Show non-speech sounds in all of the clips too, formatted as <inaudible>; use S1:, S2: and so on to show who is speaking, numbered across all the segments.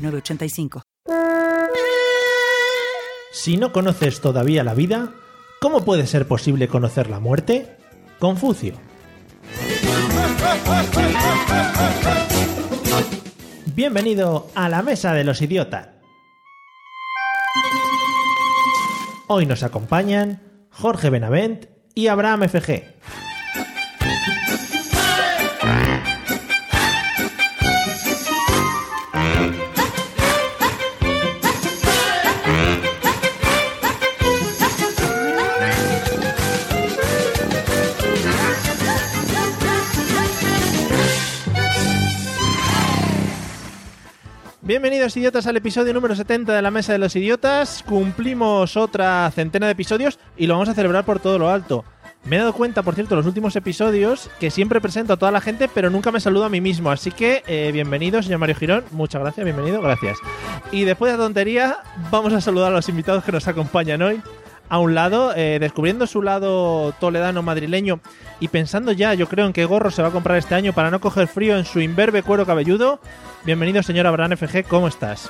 S1: 985.
S2: Si no conoces todavía la vida, ¿cómo puede ser posible conocer la muerte? Confucio. Bienvenido a la Mesa de los Idiotas. Hoy nos acompañan Jorge Benavent y Abraham FG. Bienvenidos idiotas al episodio número 70 de la Mesa de los Idiotas. Cumplimos otra centena de episodios y lo vamos a celebrar por todo lo alto. Me he dado cuenta, por cierto, en los últimos episodios que siempre presento a toda la gente, pero nunca me saludo a mí mismo. Así que eh, bienvenido, señor Mario Girón. Muchas gracias, bienvenido, gracias. Y después de la tontería, vamos a saludar a los invitados que nos acompañan hoy. A un lado, eh, descubriendo su lado toledano madrileño y pensando ya, yo creo, en qué gorro se va a comprar este año para no coger frío en su imberbe cuero cabelludo. Bienvenido, señor Abraham FG, ¿cómo estás?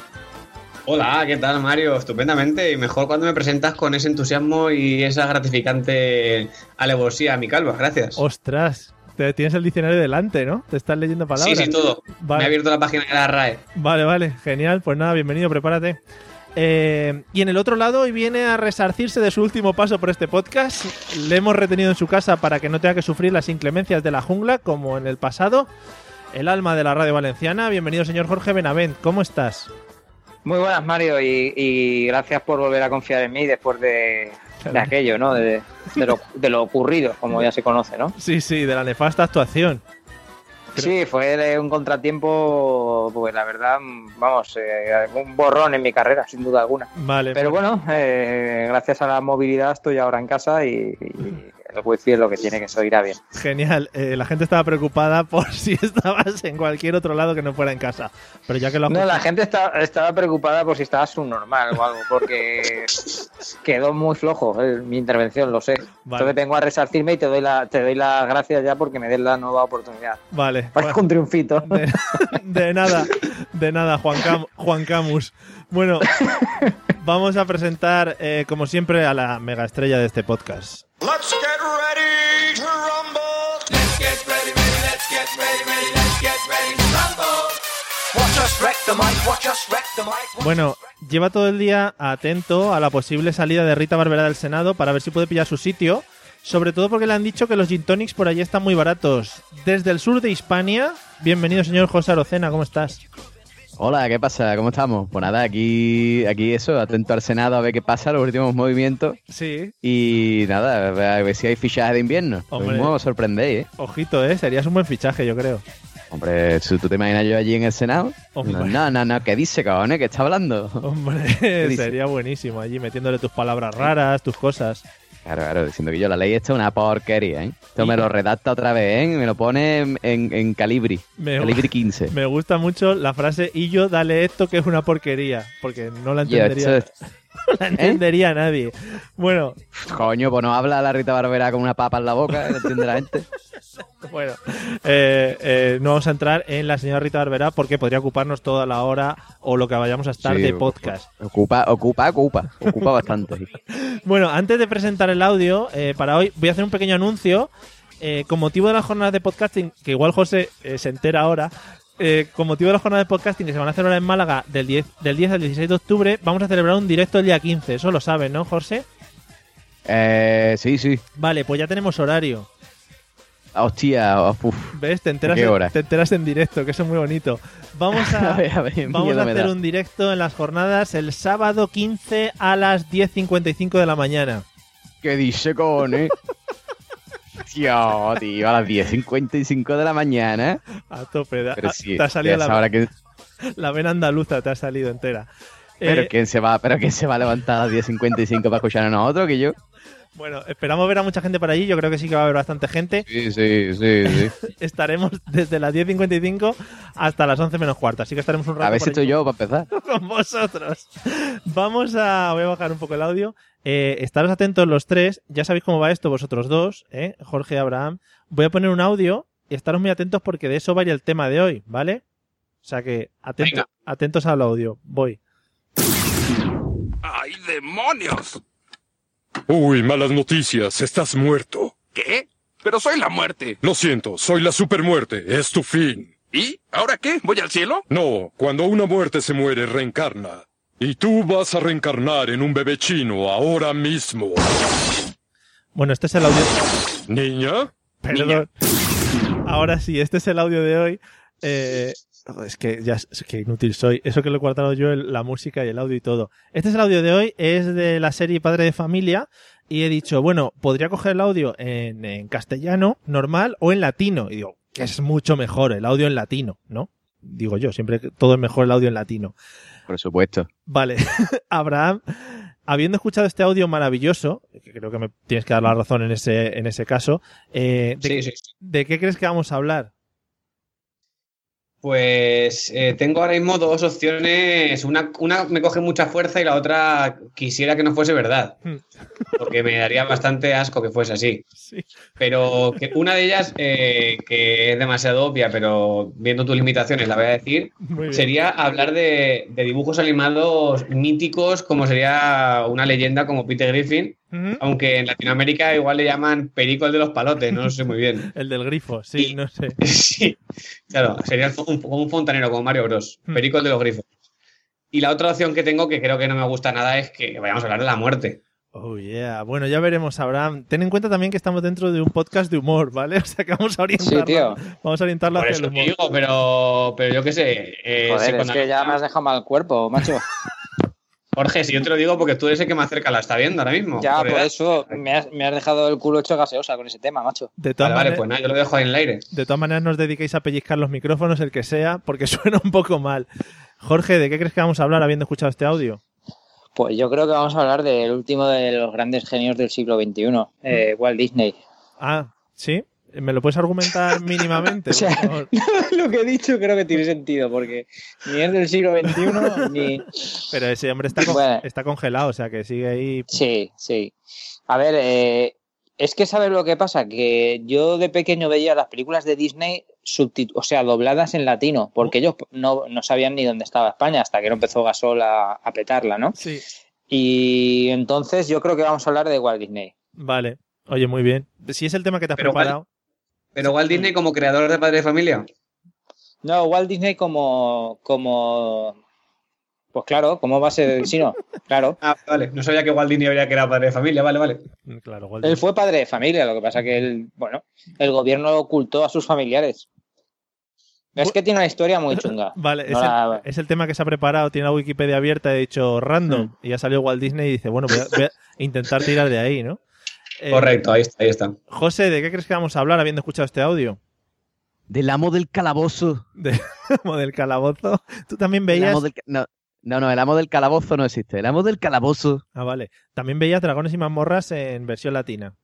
S3: Hola, ¿qué tal Mario? Estupendamente y mejor cuando me presentas con ese entusiasmo y esa gratificante alevosía a mi calva, gracias.
S2: Ostras, te tienes el diccionario delante, ¿no? Te estás leyendo palabras.
S3: Sí, sí, todo. Me
S2: Vale.
S3: he abierto la página de la RAE.
S2: Vale, vale, genial. Pues nada, bienvenido, prepárate. Eh, y en el otro lado, hoy viene a resarcirse de su último paso por este podcast. Le hemos retenido en su casa para que no tenga que sufrir las inclemencias de la jungla, como en el pasado. El alma de la radio valenciana. Bienvenido, señor Jorge Benavent. ¿Cómo estás?
S4: Muy buenas, Mario, y, y gracias por volver a confiar en mí después de, de aquello, ¿no? De, de lo, de lo ocurrido, como ya se conoce, ¿no?
S2: Sí, sí, de la nefasta actuación.
S4: Sí, fue de un contratiempo, pues la verdad, mm, vamos, eh, un borrón en mi carrera, sin duda alguna.
S2: Vale.
S4: Pero bueno, eh, gracias a la movilidad estoy ahora en casa y, y el wifi es lo que tiene que se irá bien.
S2: Genial, Eh, la gente estaba preocupada <laughs> por si estabas en cualquier otro lado que no fuera en casa. Pero ya que lo has
S4: No, la gente está- estaba preocupada por si estaba subnormal o algo, porque quedó muy flojo eh, mi intervención, lo sé. Entonces vengo a resarcirme y te doy la, te doy las gracias ya porque me des la nueva oportunidad.
S2: Vale. pues,
S4: Parezco
S2: <laughs>
S4: un triunfito.
S2: De, de nada, de nada, Juan, Cam- Juan Camus. Bueno, vamos a presentar, eh, como siempre, a la mega estrella de este podcast.
S5: Let's get ready to rumble. Let's get ready, ready, let's get ready, ready, let's get ready to rumble. Watch us wreck the mic, watch us wreck the mic. watch
S2: Bueno,
S5: us wreck-
S2: lleva todo el día atento a la posible salida de Rita Barberá del Senado para ver si puede pillar su sitio. Sobre todo porque le han dicho que los gin tonics por allí están muy baratos. Desde el sur de Hispania, bienvenido señor José Arocena, ¿cómo estás?
S6: Hola, ¿qué pasa? ¿Cómo estamos? Pues nada, aquí, aquí eso, atento al Senado a ver qué pasa, los últimos movimientos.
S2: Sí.
S6: Y nada, a ver- a ver si hay fichajes de invierno. Lo
S2: Hombre.
S6: mismo os sorprendéis, ¿eh?
S2: Ojito, ¿eh? Serías un buen fichaje, yo
S6: <laughs>
S2: creo.
S6: Hombre, si tú te imaginas yo allí en el Senado.
S2: Hombre.
S6: No, no, no, ¿qué dice, cabrones? ¿Qué está hablando?
S2: Hombre,
S6: dice?
S2: sería buenísimo allí metiéndole tus palabras raras, tus cosas.
S6: Claro, claro, diciendo que yo la ley esta es una porquería, ¿eh? Esto me lo redacta otra vez, ¿eh? Me lo pone en, en- en calibri,
S2: Me-
S6: calibri 15.
S2: <laughs> Me gusta mucho la frase y yo dale esto que es una porquería, porque no la
S6: Yo,
S2: entendería,
S6: esto
S2: <laughs>
S6: es- ¿Eh?
S2: no la entendería nadie. Bueno,
S6: Coño, pues no habla la Rita Barbera con una papa en la boca, ¿eh? ¿No entiende la gente?
S2: bueno, eh, eh, no vamos a entrar en la señora Rita Barberá porque podría ocuparnos toda la hora o lo que vayamos a estar
S6: Sí,
S2: de podcast.
S6: Ocupa, ocupa, ocupa, ocupa bastante.
S2: Bueno, antes de presentar el audio eh, para hoy, voy a hacer un pequeño anuncio eh, con motivo de las jornadas de podcasting, que igual José eh, se entera ahora. eh, con motivo de las jornadas de podcasting que se van a hacer ahora en Málaga del 10, del 10 al 16 de octubre, vamos a celebrar un directo el día 15. Eso lo sabes, ¿no, José?
S6: Eh, sí, sí.
S2: Vale, pues ya tenemos horario.
S6: Ah, Hostia, oh, uf.
S2: ¿Ves? Te enteras,
S6: ¿A qué hora?
S2: En, te enteras en directo, que eso es muy bonito.
S6: <laughs>
S2: Vamos a,
S6: A ver, a ver,
S2: vamos
S6: miedo
S2: a
S6: me
S2: hacer
S6: da.
S2: un directo en las jornadas el sábado 15 a las 10.55 de la mañana.
S6: ¿Qué dice, con eh? Tío, tío, a las 10.55 de la mañana.
S2: A tope. da-
S6: Pero sí,
S2: Ah, te ha salido
S6: ya
S2: la,
S6: sabrá que
S2: La vena andaluza te ha salido entera.
S6: Pero
S2: Eh,
S6: quién se va, pero quién se va a levantar a las 10.55 para escuchar a nosotros que yo.
S2: Bueno, esperamos ver a mucha gente por allí. Yo creo que sí que va a haber bastante gente.
S6: Sí, sí, sí, sí.
S2: Estaremos <laughs> desde las 10.55 hasta las 11 menos cuarto. Así que estaremos un rato
S6: <laughs> A ver
S2: por
S6: si
S2: allí
S6: estoy yo para empezar.
S2: con vosotros. Vamos a... Voy a bajar un poco el audio. Eh, estaros atentos los tres. Ya sabéis cómo va esto vosotros dos, ¿eh? Jorge y Abraham. Voy a poner un audio y estaros muy atentos porque de eso vaya el tema de hoy, ¿vale? O sea que atentos,
S3: Venga.
S2: atentos al audio. Voy.
S7: ¡Ay, demonios!
S8: Uy, malas noticias, estás muerto.
S7: ¿Qué? Pero soy la muerte.
S8: Lo siento, soy la supermuerte, es tu fin.
S7: ¿Y? ¿Ahora qué? ¿Voy al cielo?
S8: No, cuando una muerte se muere, reencarna. Y tú vas a reencarnar en un bebé chino ahora mismo.
S2: Bueno, este es el audio...
S8: ¿Niña?
S2: Perdón. Ahora sí, este es el audio de hoy. Eh, es que ya es que inútil soy. Eso que lo he cortado yo, el- la música y el audio y todo. Este es el audio de hoy, es de la serie Padre de Familia. Y he dicho, bueno, podría coger el audio en, en castellano normal o en latino. Y digo, que es mucho mejor el audio en latino, ¿no? Digo yo, siempre que- todo es mejor el audio en latino.
S6: Por supuesto.
S2: Vale, <laughs> Abraham, habiendo escuchado este audio maravilloso, que creo que me tienes que dar la razón en ese, en ese caso, eh, ¿de
S3: Sí, sí. sí.
S2: ¿De qué crees que vamos a hablar?
S3: Pues eh, tengo ahora mismo dos opciones. Una, una me coge mucha fuerza y la otra quisiera que no fuese verdad.
S2: Hmm.
S3: Porque me daría bastante asco que fuese así.
S2: Sí.
S3: Pero que una de ellas, eh, que es demasiado obvia, pero viendo tus limitaciones la voy a decir,
S2: Muy bien.
S3: sería hablar de, de dibujos animados míticos, como sería una leyenda como Peter Griffin,
S2: Ujú.
S3: aunque en Latinoamérica igual le llaman Perico el de los palotes, no lo sé muy bien.
S2: El del grifo, sí, no sé.
S3: <laughs> Sí, claro, sería un, como un fontanero, como Mario Bros,
S2: Hmm.
S3: Perico el de los grifos. Y la otra opción que tengo, que creo que no me gusta nada, es que vayamos a hablar de la muerte.
S2: Oh, yeah. Bueno, ya veremos, Abraham. Ten en cuenta también que estamos dentro de un podcast de humor, ¿vale? <laughs> O sea que vamos a orientarlo,
S4: Sí, tío.
S2: Vamos a orientarlo
S3: Por
S2: hacia
S3: eso
S2: el
S3: te
S2: humor.
S3: digo, pero, pero yo qué sé. eh,
S4: Joder, es
S3: psicoanalista-
S4: que ya me has dejado mal cuerpo, <laughs> macho.
S3: Jorge, si yo te lo digo porque tú eres el que más cerca la está viendo ahora mismo.
S4: Ya,
S3: por
S4: por
S3: edad.
S4: eso me has, me has dejado el culo hecho gaseosa con ese tema, macho.
S2: De todas,
S3: Vale, vale,
S2: maneras-
S3: pues nada, yo lo dejo ahí en el aire.
S2: de todas maneras, nos dediquéis a pellizcar los micrófonos, el que sea, porque <laughs> suena un poco mal. Jorge, ¿de qué crees que vamos a hablar habiendo escuchado este audio?
S4: Pues yo creo que vamos a hablar del último de los grandes genios del siglo XXI, eh, Walt Disney.
S2: Ah, ¿sí? ¿Me lo puedes argumentar
S3: <laughs>
S2: mínimamente,
S4: O sea,
S2: por favor?
S4: <laughs> Lo que he dicho creo que tiene sentido, porque ni es del siglo XXI <laughs> ni...
S2: Pero ese hombre está, con-
S4: Bueno.
S2: está congelado, o sea que sigue ahí.
S4: Sí, sí. A ver, eh, es que sabes lo que pasa, que yo de pequeño veía las películas de Disney subtitu- o sea, dobladas en latino, porque ellos no, no sabían ni dónde estaba España hasta que no empezó Gasol a, a petarla, ¿no?
S2: Sí.
S4: Y entonces yo creo que vamos a hablar de Walt Disney.
S2: Vale. Oye, muy bien. Si es el tema que te has
S3: Pero,
S2: preparado.
S3: Pero
S2: Hmm.
S3: Walt Disney como creador de Padre de Familia.
S4: No, Walt Disney como, como, pues claro, como base del sino, claro.
S3: Ah, vale, no sabía que Walt Disney había creado Padre de Familia, vale, vale.
S2: Mm, Claro, Walt
S4: Él
S2: Disney.
S4: fue padre de familia, lo que pasa que él, bueno, el gobierno ocultó a sus familiares. Es que tiene una historia muy chunga.
S2: Vale, es,
S4: No la-
S2: el, es el tema que se ha preparado, tiene la Wikipedia abierta, he dicho
S6: Mm.
S2: random, y ha salido Walt Disney y dice, bueno, voy a, voy
S6: <laughs>
S2: a intentar tirar de ahí, ¿no? Eh,
S3: Correcto, ahí está, ahí está.
S2: José, ¿de qué crees que vamos a hablar habiendo escuchado este audio? <laughs>
S6: Del amo del calabozo.
S2: Como del calabozo. Tú también
S6: El
S2: veías...
S6: amo del ca- no, no, no, el amo del calabozo no existe. El amo del calabozo.
S2: Ah, vale. También veías Dragones y Mazmorras en versión latina.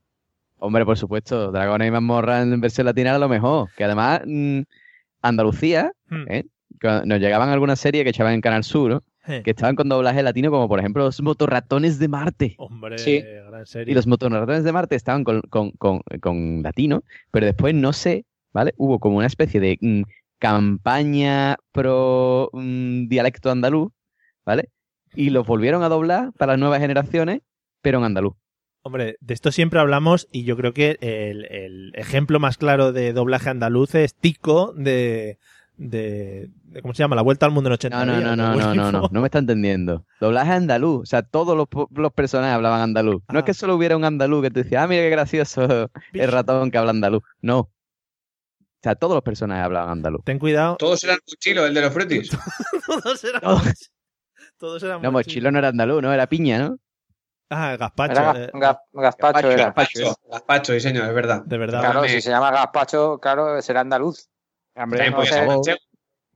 S6: Hombre, por supuesto, Dragones y Mazmorra en versión latina era lo mejor. Que además, mm, Andalucía,
S2: Hmm.
S6: ¿Eh? cuando nos llegaban algunas series que echaban en Canal Sur, ¿no?
S2: Eh,
S6: que estaban con doblaje latino, como por ejemplo los motorratones de Marte.
S2: Hombre,
S4: Sí.
S2: gran
S6: Y
S2: serie.
S6: los motorratones de Marte estaban con, con- con- con latino, pero después no sé, ¿vale? Hubo como una especie de mm, campaña pro mm, dialecto andaluz, ¿vale? Y los volvieron a doblar para las nuevas generaciones, pero en andaluz.
S2: Hombre, de esto siempre hablamos y yo creo que el, el ejemplo más claro de doblaje andaluz es Tico de... de- de- ¿Cómo se llama? La Vuelta al Mundo en 80
S6: No, no, no,
S2: días,
S6: no,
S2: de <laughs>
S6: no, no,
S2: Wilfo.
S6: no, no me está entendiendo. Doblaje andaluz, o sea, todos los, po- los personajes hablaban andaluz.
S2: Ah.
S6: No es que solo hubiera un andaluz que te decía, ah, mira
S2: <laughs>
S6: qué gracioso el ratón que habla andaluz. No. O sea, todos los personajes hablaban andaluz.
S2: Ten cuidado.
S3: Todos eran mochilos, el de los frutis.
S2: Todos eran
S6: <laughs> Todos.
S2: mochi- Todos eran
S6: No, mochilo no era andaluz, no era
S2: <laughs>
S6: piña, ¿no?
S2: Ah, gazpacho.
S4: Era
S2: eh,
S4: Gaz- Gaz- Gazpacho, ¿eh? era.
S3: Gazpacho, gazpacho, sí señor, es verdad.
S2: de verdad.
S4: Claro,
S3: Dame-
S4: si se llama Gazpacho, claro, será andaluz.
S3: También
S4: no
S3: podía
S4: sé.
S3: ser manchego.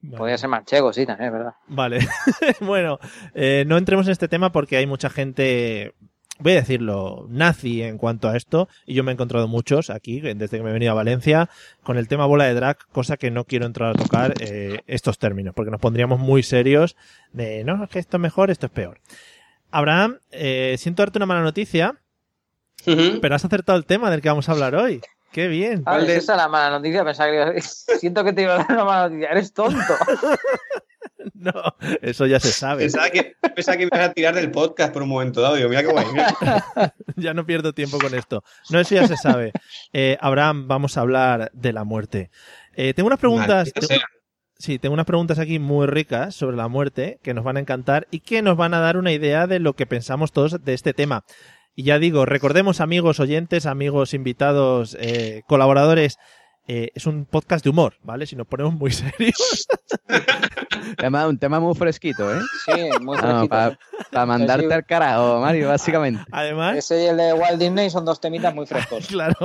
S2: Vale.
S4: Podría ser manchego, sí, también, es ¿verdad?
S2: Vale. <laughs> bueno, eh, no entremos en este tema porque hay mucha gente, voy a decirlo, nazi en cuanto a esto. Y yo me he encontrado muchos aquí, desde que me he venido a Valencia, con el tema bola de drag, cosa que no quiero entrar a tocar eh, estos términos, porque nos pondríamos muy serios de, no, es que esto es mejor, esto es peor. Abraham, eh, siento darte una mala noticia,
S3: Ujú.
S2: pero has acertado el tema del que vamos a hablar hoy. ¡Qué bien! <laughs>
S4: Ah,
S3: ¿Cuál
S4: ¿es
S3: de-
S4: esa la mala noticia, pensaba que iba a- <laughs> siento que te iba a dar una mala noticia, eres tonto.
S2: No, eso ya se sabe.
S3: Pensaba que, pensaba que me ibas a tirar del podcast por un momento dado. Digo, mira qué guay. mira.
S2: ya no pierdo tiempo con esto. No, eso ya se sabe. Eh, Abraham, vamos a hablar de la muerte. Eh, tengo unas <laughs> preguntas.
S3: Maldita
S2: te-
S3: sea.
S2: sí, tengo unas preguntas aquí muy ricas sobre la muerte que nos van a encantar y que nos van a dar una idea de lo que pensamos todos de este tema. Y ya digo, recordemos amigos oyentes, amigos invitados, eh, colaboradores, eh, es un podcast de humor, ¿vale? Si nos ponemos muy <laughs> serios.
S6: Tema- un tema muy fresquito,
S2: <laughs>
S6: ¿eh?
S4: <laughs> Sí, <laughs> muy
S2: Ah,
S6: Para
S4: fresquito.
S6: mandarte
S4: Sí.
S6: al carajo, Mario, básicamente.
S2: Además,
S4: Ese y el de Walt Disney son dos temitas muy
S2: <laughs>
S4: frescos.
S2: Claro.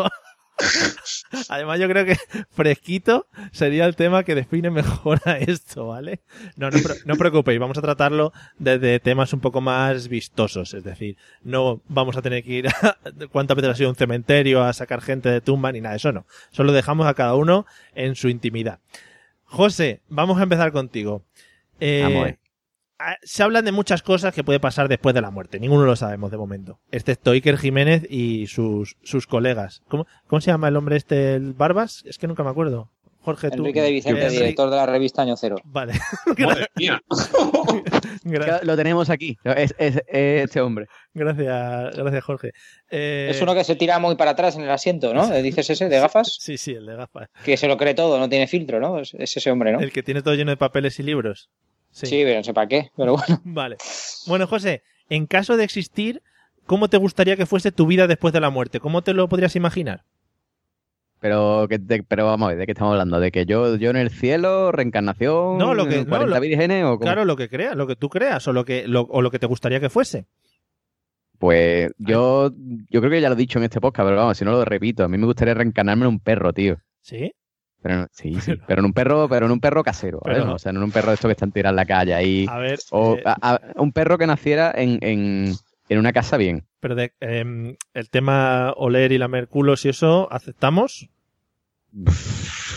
S2: Además, yo creo que fresquito sería el tema que define mejor a esto, ¿vale? No, no, pre- no os preocupéis, vamos a tratarlo desde temas un poco más vistosos, es decir, no vamos a tener que ir a <laughs> cuántas veces ha sido un cementerio a sacar gente de tumba ni nada, de eso no. Solo dejamos a cada uno en su intimidad. José, vamos a empezar contigo. <laughs> Eh,
S6: Vamos, eh.
S2: Ah, se hablan de muchas cosas que puede pasar después de la muerte. Ninguno lo sabemos de momento. Excepto Iker Jiménez y sus, sus colegas. ¿Cómo, ¿Cómo se llama el hombre este, el Barbas? Es que nunca me acuerdo. Jorge, tú.
S4: Enrique de Vicente,
S2: Enrique-
S4: director de la revista Año Cero.
S2: Vale. <laughs>
S3: Madre mía.
S2: Gra-
S6: Lo tenemos aquí, es, es- es este hombre.
S2: gracias, gracias, Jorge. Eh,
S4: Es uno que se tira muy para atrás en el asiento, ¿no? Eh, Dices ese, de gafas,
S2: Sí, sí, el de gafas.
S4: que se lo cree todo, no tiene filtro, ¿no? Es es ese hombre, ¿no?
S2: El que tiene todo lleno de papeles y libros.
S4: Sí, pero no sé para qué, pero bueno.
S2: <laughs> Vale. Bueno, José, en caso de existir, ¿cómo te gustaría que fuese tu vida después de la muerte? ¿Cómo te lo podrías imaginar?
S6: Pero, que te- pero vamos a ver, ¿de qué estamos hablando? ¿De que yo, yo en el cielo, reencarnación,
S2: No, lo que- no,
S6: 40
S2: lo-
S6: vírgenes o cómo?
S2: Claro, lo que creas, lo que tú creas o lo que, lo- o lo que te gustaría que fuese.
S6: Pues yo, yo creo que ya lo he dicho en este podcast, pero vamos, si no lo repito, a mí me gustaría reencarnarme en un perro, tío.
S2: ¿Sí?
S6: Pero no- sí, sí, pero en un perro, pero en un perro casero, ¿vale?
S2: Pero-
S6: O sea, no en un perro de estos que están tirados en la calle ahí.
S2: A ver,
S6: O
S2: eh,
S6: a- a- un perro que naciera en, en, en una casa bien.
S2: pero de- em, el tema oler y lamer culos y eso, ¿aceptamos? <laughs>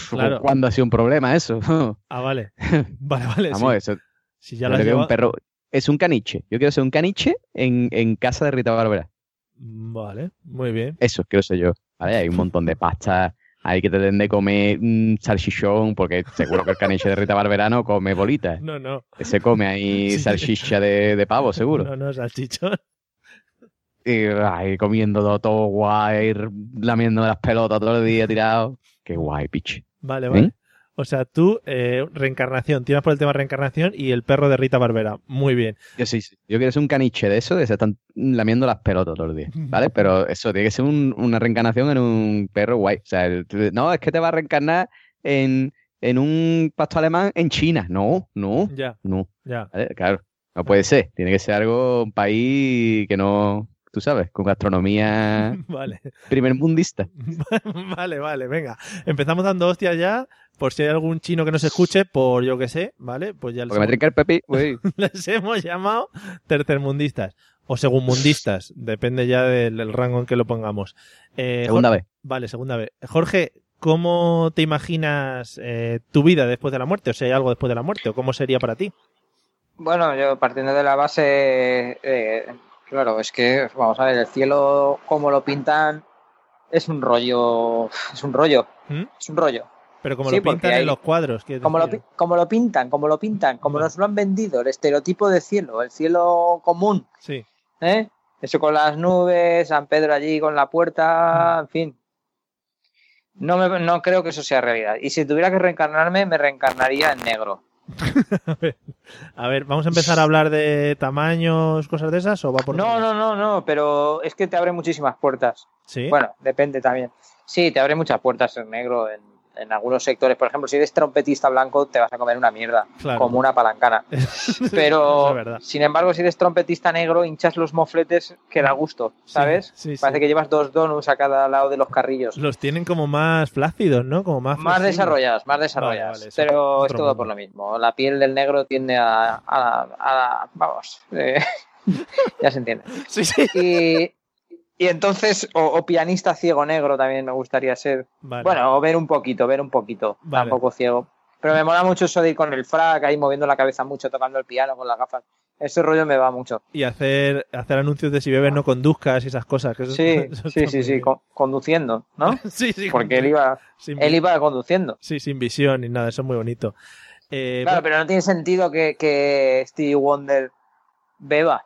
S2: Claro.
S6: ¿Cuándo ha sido un problema eso? <laughs>
S2: Ah, vale. Vale, vale.
S6: Vamos,
S2: sí.
S6: eso.
S2: Si ya
S6: yo
S2: lo has
S6: creo que
S2: llevado-
S6: un perro. Es un caniche. Yo quiero ser un caniche en, en casa de Rita Barberá.
S2: Vale, muy bien.
S6: Eso quiero ser yo. ¿Vale? Hay un montón de pasta. Hay que te den de comer un salchichón, porque seguro que el caniche de Rita Barberá no come bolitas.
S2: No, no.
S6: Se come ahí
S2: Sí.
S6: salchicha de, de pavo,
S2: <laughs>
S6: seguro.
S2: No, no, salchichón.
S6: Y ay, comiendo todo, todo guay, lamiendo las pelotas todo el día tirado. Qué guay, piche.
S2: Vale,
S6: ¿Eh?
S2: vale. O sea, tú, eh, reencarnación, tiras por el tema reencarnación y el perro de Rita Barbera. Muy bien.
S6: Yo sí, sí. Yo quiero ser un caniche de eso, de se están lamiendo las pelotas todo el día, ¿vale? Pero eso, tiene que ser un- una reencarnación en un perro guay. O sea, el- tú- no, es que te va a reencarnar en, en un pasto alemán en China. No, no,
S2: Ya,
S6: no,
S2: ya.
S6: ¿vale? Claro, no puede ser. Tiene que ser algo, un país que no, tú sabes, con gastronomía
S2: <laughs>
S3: <laughs>
S2: Vale.
S6: primermundista.
S3: Pues
S2: <laughs> vale, vale, venga. Empezamos dando hostias ya. Por si hay algún chino que nos escuche, por yo que sé, ¿vale? Pues ya les
S6: Porque me
S2: hemos-
S6: trinca el pepi,
S3: <laughs>
S6: uy.
S2: <laughs> les hemos llamado tercermundistas o segundmundistas, depende ya del, del rango en que lo pongamos. Eh,
S6: segunda vez.
S2: Jor- Vale, segunda vez. Jorge, ¿cómo te imaginas eh, tu vida después de la muerte? O sea, ¿hay algo después de la muerte? ¿O cómo sería para ti?
S4: Bueno, yo partiendo de la base, eh, claro, es que vamos a ver el cielo como lo pintan es un rollo, es un rollo,
S2: ¿Mm?
S4: es un rollo.
S2: Pero como
S4: Sí,
S2: lo pintan
S4: porque hay-
S2: en los cuadros. quiero
S4: Como lo,
S2: decir.
S4: pi- como lo pintan, como lo pintan, como
S2: Bueno.
S4: nos lo han vendido, el estereotipo de cielo, el cielo común,
S2: Sí.
S4: ¿eh? Eso con las nubes, San Pedro allí con la puerta, en fin. No, me- no creo que eso sea realidad. Y si tuviera que reencarnarme, me reencarnaría en negro.
S2: A ver, ¿vamos a empezar a hablar de tamaños, cosas de esas? ¿O va por
S4: No, no, no, no, pero es que te abre muchísimas puertas.
S2: Sí.
S4: Bueno, depende también. Sí, te abre muchas puertas el negro en, en algunos sectores, por ejemplo, si eres trompetista blanco, te vas a comer una mierda,
S2: Claro.
S4: como una palancana.
S2: <laughs> Eso es
S4: Pero,
S2: verdad.
S4: sin embargo, si eres trompetista negro, hinchas los mofletes que da gusto, ¿sabes?
S2: sí, sí.
S4: Parece que llevas dos donuts a cada lado de los carrillos.
S2: Los tienen como más flácidos, ¿no? Como más.
S4: Más
S2: flexibles.
S4: desarrolladas, más desarrolladas.
S2: vale, eso es
S4: pero
S2: otro
S4: es todo
S2: mundo.
S4: por lo mismo. La piel del negro tiende a. a- a- vamos. eh, <laughs> ya se entiende.
S2: Sí, sí.
S4: Y, y entonces, o, o pianista ciego negro también me gustaría ser.
S2: Vale.
S4: Bueno, o ver un poquito, ver un poquito.
S2: Vale.
S4: Tampoco ciego. Pero me mola mucho eso de ir con el frac, ahí moviendo la cabeza mucho, tocando el piano con las gafas. Ese rollo me va mucho.
S2: Y hacer, hacer anuncios de si bebes no conduzcas y esas cosas. Que eso
S4: Sí,
S2: está- eso
S4: <laughs> sí,
S2: está
S4: sí,
S2: muy
S4: sí,
S2: bien.
S4: con- conduciendo, ¿no?
S2: <laughs> sí, sí.
S4: Porque él iba,
S2: sin,
S4: él iba conduciendo.
S2: Sí, sin visión y nada, eso es muy bonito. Eh,
S4: Claro,
S2: bueno,
S4: pero no tiene sentido que, que Stevie Wonder beba,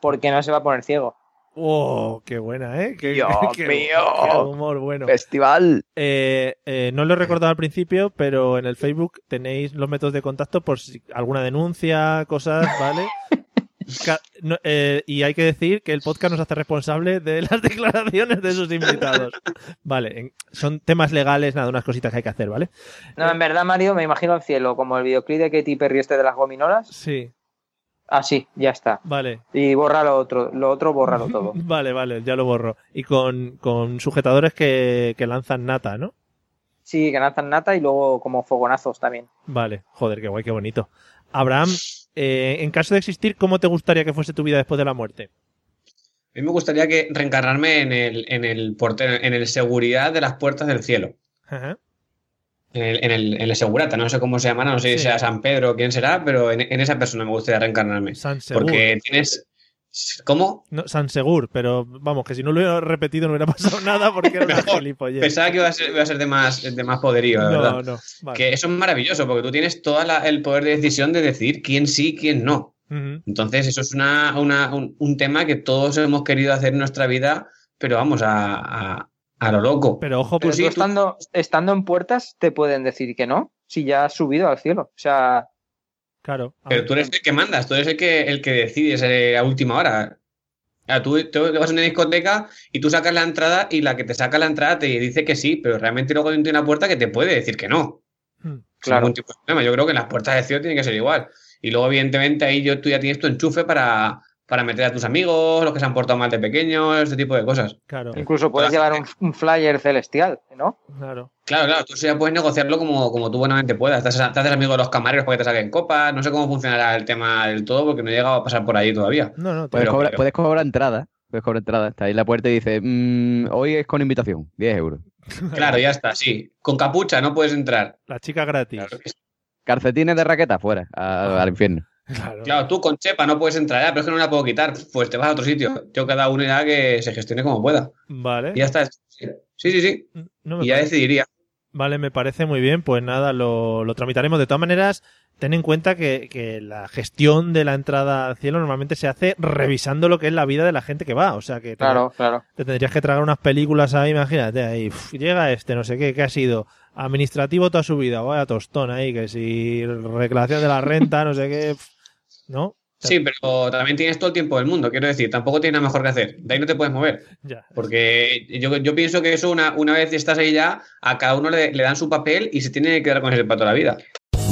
S4: porque no se va a poner ciego.
S2: ¡Oh, qué buena, eh! ¡Qué,
S6: Dios
S2: <laughs> qué-
S6: mío.
S2: qué humor bueno!
S6: Festival.
S2: Eh, eh, no lo he recordado al principio, pero en el Facebook tenéis los métodos de contacto por si alguna denuncia, cosas, ¿vale? Ca- no, eh, y hay que decir que el podcast nos hace responsable de las <laughs> declaraciones de sus invitados. Vale, en- son temas legales, nada, unas cositas que hay que hacer, ¿vale?
S4: No,
S2: Eh.
S4: en verdad, Mario, me imagino el cielo, como el videoclip de Katy Perry este de las gominolas.
S2: Sí,
S4: Así, ya está.
S2: vale,
S4: Y borra lo otro, lo otro, bórralo
S2: <laughs>
S4: todo.
S2: vale, vale, ya lo borro. Y con, con sujetadores que, que lanzan nata, ¿no?
S4: Sí, que lanzan nata y luego como fogonazos también.
S2: Vale, joder, qué guay, qué bonito. Abraham, eh, en caso de existir, ¿cómo te gustaría que fuese tu vida después de la muerte?
S3: A mí me gustaría que reencarnarme en el, en el portero, en el seguridad de las puertas del cielo.
S2: Ajá.
S3: En el, en el, en el segurata, no sé cómo se llamará, no sé si
S2: Sí.
S3: sea San Pedro o quién será, pero en, en esa persona me gustaría reencarnarme.
S2: San Segur.
S3: Porque tienes. ¿Cómo?
S2: No, San Segur, pero vamos, que si no lo hubiera repetido no hubiera <laughs> pasado nada porque era una
S3: Mejor.
S2: gilipollez.
S3: Pensaba que iba a ser, iba a ser de, más, de más poderío, la verdad.
S2: No, no. Vale.
S3: Que eso es maravilloso, porque tú tienes todo el poder de decisión de decidir quién sí, quién no.
S2: Ujú.
S3: Entonces, eso es una, una- un, un tema que todos hemos querido hacer en nuestra vida, pero vamos, a, a, a lo loco.
S2: Pero ojo,
S4: Pero
S2: pues,
S3: sí,
S4: tú
S3: tú-
S4: estando, estando en puertas te pueden decir que no, si ya has subido al cielo. O sea,
S2: claro. a
S3: Pero
S2: ver.
S3: tú eres el que mandas, tú eres el que, el que decides eh, a última hora. A tú, tú vas a una discoteca y tú sacas la entrada y la que te saca la entrada te dice que sí, pero realmente luego tiene una puerta que te puede decir que no.
S2: Mm.
S3: Sin
S4: Claro.
S3: ningún tipo de problema. Yo creo que en las puertas de cielo tiene que ser igual. Y luego, evidentemente, ahí yo, tú ya tienes tu enchufe para, para meter a tus amigos, los que se han portado mal de pequeños, este tipo de cosas.
S2: Claro,
S4: incluso puedes llevar un, un flyer celestial, ¿no?
S2: claro.
S3: Claro, claro, tú eso ya puedes negociarlo como, como tú buenamente puedas. Te haces, te haces amigo de los camareros para que te saquen copas. No sé cómo funcionará el tema del todo porque no he llegado a pasar por
S2: <laughs>
S3: ahí todavía.
S2: No, no,
S6: Puedes,
S3: Pero-
S6: cobrar,
S3: pero-
S6: puedes cobrar entrada. Puedes cobrar entrada. Está ahí en la puerta y dice, "Mm, hoy es con invitación, 10 euros.
S3: Claro, ya está, sí. Con capucha no puedes entrar.
S2: la chica gratis.
S3: Claro, que sí.
S6: Calcetines de raqueta, fuera,
S3: Ah.
S6: a- al infierno.
S2: Claro.
S3: Claro, tú con chepa no puedes entrar, ah, pero es que no la puedo quitar. Pues te vas a otro sitio. Yo cada uno irá que se gestione como pueda.
S2: Vale. Mm,
S3: Y ya está. Sí, sí, sí.
S2: No me
S3: Y ya
S2: parece-
S3: decidiría.
S2: Vale, me parece muy bien. Pues nada, lo, lo tramitaremos. De todas maneras, ten en cuenta que, que la gestión de la entrada al cielo normalmente se hace revisando lo que es la vida de la gente que va. O sea que te-
S4: Claro, claro.
S2: te tendrías que tragar unas películas ahí, imagínate, ahí uf, llega este, no sé qué, que ha sido administrativo toda su vida, vaya tostón ahí, que si reclamación de la renta, no sé qué, uf, ¿no?
S3: Sí, pero también tienes todo el tiempo del mundo, quiero decir, tampoco tienes nada mejor que hacer. De ahí no te puedes mover.
S2: Ya.
S3: Porque yo, yo pienso que eso, una, una vez estás ahí ya, a cada uno le, le dan su papel y se tiene que quedar con ese para toda la vida.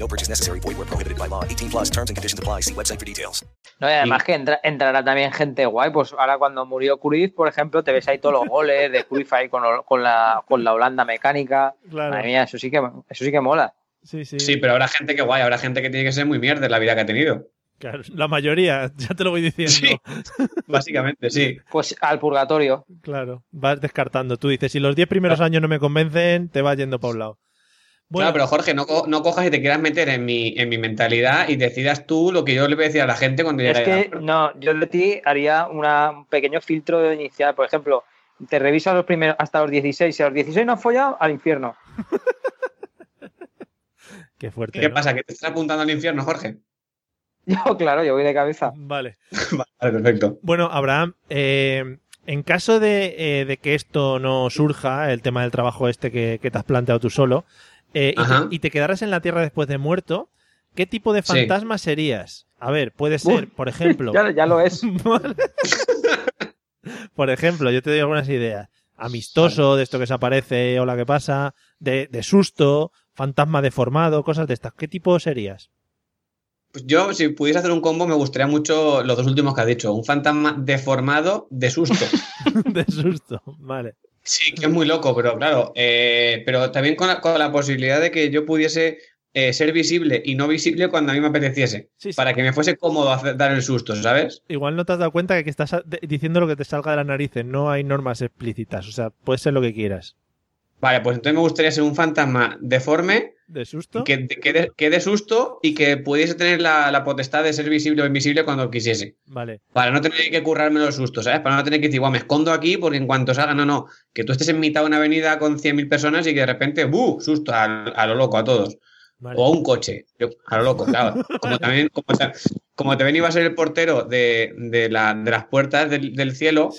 S5: No purchase necessary. Void where prohibited by law. 18 plus terms and conditions apply. See website for details.
S4: No, y además que entra- entrará también gente guay. Pues ahora cuando murió Cruyff, por ejemplo, te ves ahí todos los goles de Cruyff ahí con, con, la, con la Holanda mecánica.
S2: Claro.
S4: Madre mía, eso sí que, eso sí que mola.
S2: Sí, sí.
S3: Sí, pero habrá gente que guay, habrá gente que tiene que ser muy mierda en la vida que ha tenido.
S2: Claro, la mayoría, <laughs> ya te lo voy diciendo.
S3: Básicamente, sí.
S4: Pues al purgatorio.
S2: Claro, vas descartando. Tú dices, si los 10 primeros años no me convencen, te vas yendo para un lado.
S3: Claro, pero Jorge, no, co- no cojas y te quieras meter en mi, en mi mentalidad y decidas tú lo que yo le voy a decir a la gente cuando
S4: Es
S3: llegue a la
S4: que no, yo de ti haría una- un pequeño filtro inicial. Por ejemplo, te revisas los primeros hasta los 16. Si a los 16 no has follado, al infierno. <laughs>
S2: Qué fuerte.
S3: ¿Qué
S2: ¿no?
S3: pasa? ¿Que te estás apuntando al infierno, Jorge?
S4: Yo, claro, yo voy de cabeza.
S2: Vale.
S3: Vale, perfecto.
S2: Bueno, Abraham, eh, en caso de, eh, de que esto no surja, el tema del trabajo este que, que te has planteado tú solo, eh, y,
S3: Ajá.
S2: te, y te quedaras en la Tierra después de muerto, ¿qué tipo de
S3: Sí.
S2: fantasma serías? A ver, puede ser, por
S3: <laughs>
S2: ejemplo,
S4: <laughs> Ya, ya lo es.
S2: <laughs> por ejemplo, yo te doy algunas ideas. Amistoso, de esto que se aparece, hola, ¿qué pasa? De, de susto, fantasma deformado, cosas de estas. ¿Qué tipo serías? <laughs>
S3: Pues yo, si pudiese hacer un combo, me gustaría mucho los dos últimos que has dicho. Un fantasma deformado de susto.
S2: de susto, vale.
S3: Sí, que es muy loco, pero claro. eh, pero también con la, con la posibilidad de que yo pudiese eh, ser visible y no visible cuando a mí me apeteciese.
S2: Sí, sí.
S3: Para que me fuese cómodo hacer- dar el susto, ¿sabes?
S2: Igual no te has dado cuenta de que estás a- de- diciendo lo que te salga de las narices. No hay normas explícitas. O sea, puede ser lo que quieras.
S3: Vale, pues entonces me gustaría ser un fantasma deforme,
S2: ¿De susto?
S3: que, que, dé- que dé susto y que pudiese tener la, la potestad de ser visible o invisible cuando quisiese.
S2: Vale.
S3: Para no tener que currarme los sustos, ¿sabes? Para no tener que decir, guau, me escondo aquí porque en cuanto salga, no, no. Que tú estés en mitad de una avenida con 100.000 personas y que de repente, ¡buh! Susto a, a lo loco, a todos.
S2: Vale.
S3: O a un coche, yo- a lo loco, claro. Como también, como, ta- como también iba a ser el portero de, de la- de las puertas del, del cielo,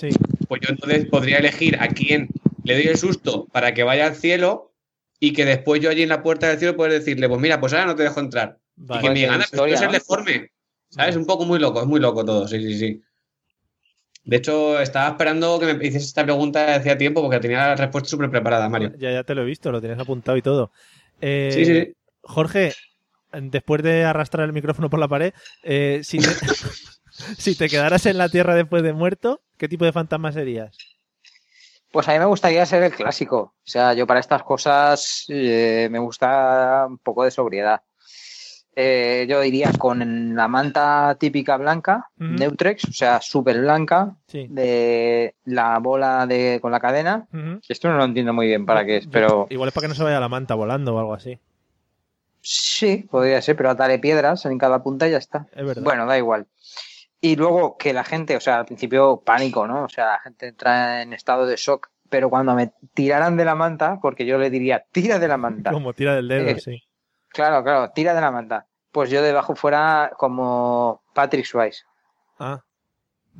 S3: pues yo entonces podría elegir a quién le doy el susto para que vaya al cielo y que después yo allí en la puerta del cielo pueda decirle, pues mira, pues ahora no te dejo entrar.
S2: Vale.
S3: y que me digan,
S2: Pues
S3: "Ah,
S2: es
S3: pero tú
S2: historia,
S3: eres el
S2: ¿no?
S3: deforme. ¿Sabes? Un poco muy loco, es muy loco todo, sí, sí, sí. De hecho, estaba esperando que me hicieses esta pregunta desde hacía tiempo porque tenía la respuesta súper preparada, Mario.
S2: Ya, ya te lo he visto, lo tenías apuntado y todo. Eh,
S3: Sí, sí, sí.
S2: Jorge, después de arrastrar el micrófono por la pared, eh, si,
S4: <laughs>
S2: te, si te quedaras en la tierra después de muerto, ¿qué tipo de fantasma serías?
S4: Pues a mí me gustaría ser el clásico. O sea, yo para estas cosas eh, me gusta un poco de sobriedad. Eh, yo iría con la manta típica blanca,
S2: Ujú.
S4: Neutrex, o sea, súper blanca,
S2: Sí.
S4: de la bola de, con la cadena.
S2: Ujú.
S4: Esto no lo entiendo muy bien para qué es, pero
S2: Igual es para que no se vaya la manta volando o algo así.
S4: sí, podría ser, pero ataré piedras en cada punta y ya está.
S2: Es verdad.
S4: Bueno, da igual. Y luego que la gente, o sea, al principio pánico, ¿no? O sea, la gente entra en estado de shock, pero cuando me tiraran de la manta, porque yo le diría, tira de la manta.
S2: Como tira del dedo,
S4: Eh,
S2: sí.
S4: Claro, claro, tira de la manta. Pues yo debajo fuera como Patrick Swayze,
S2: Ah.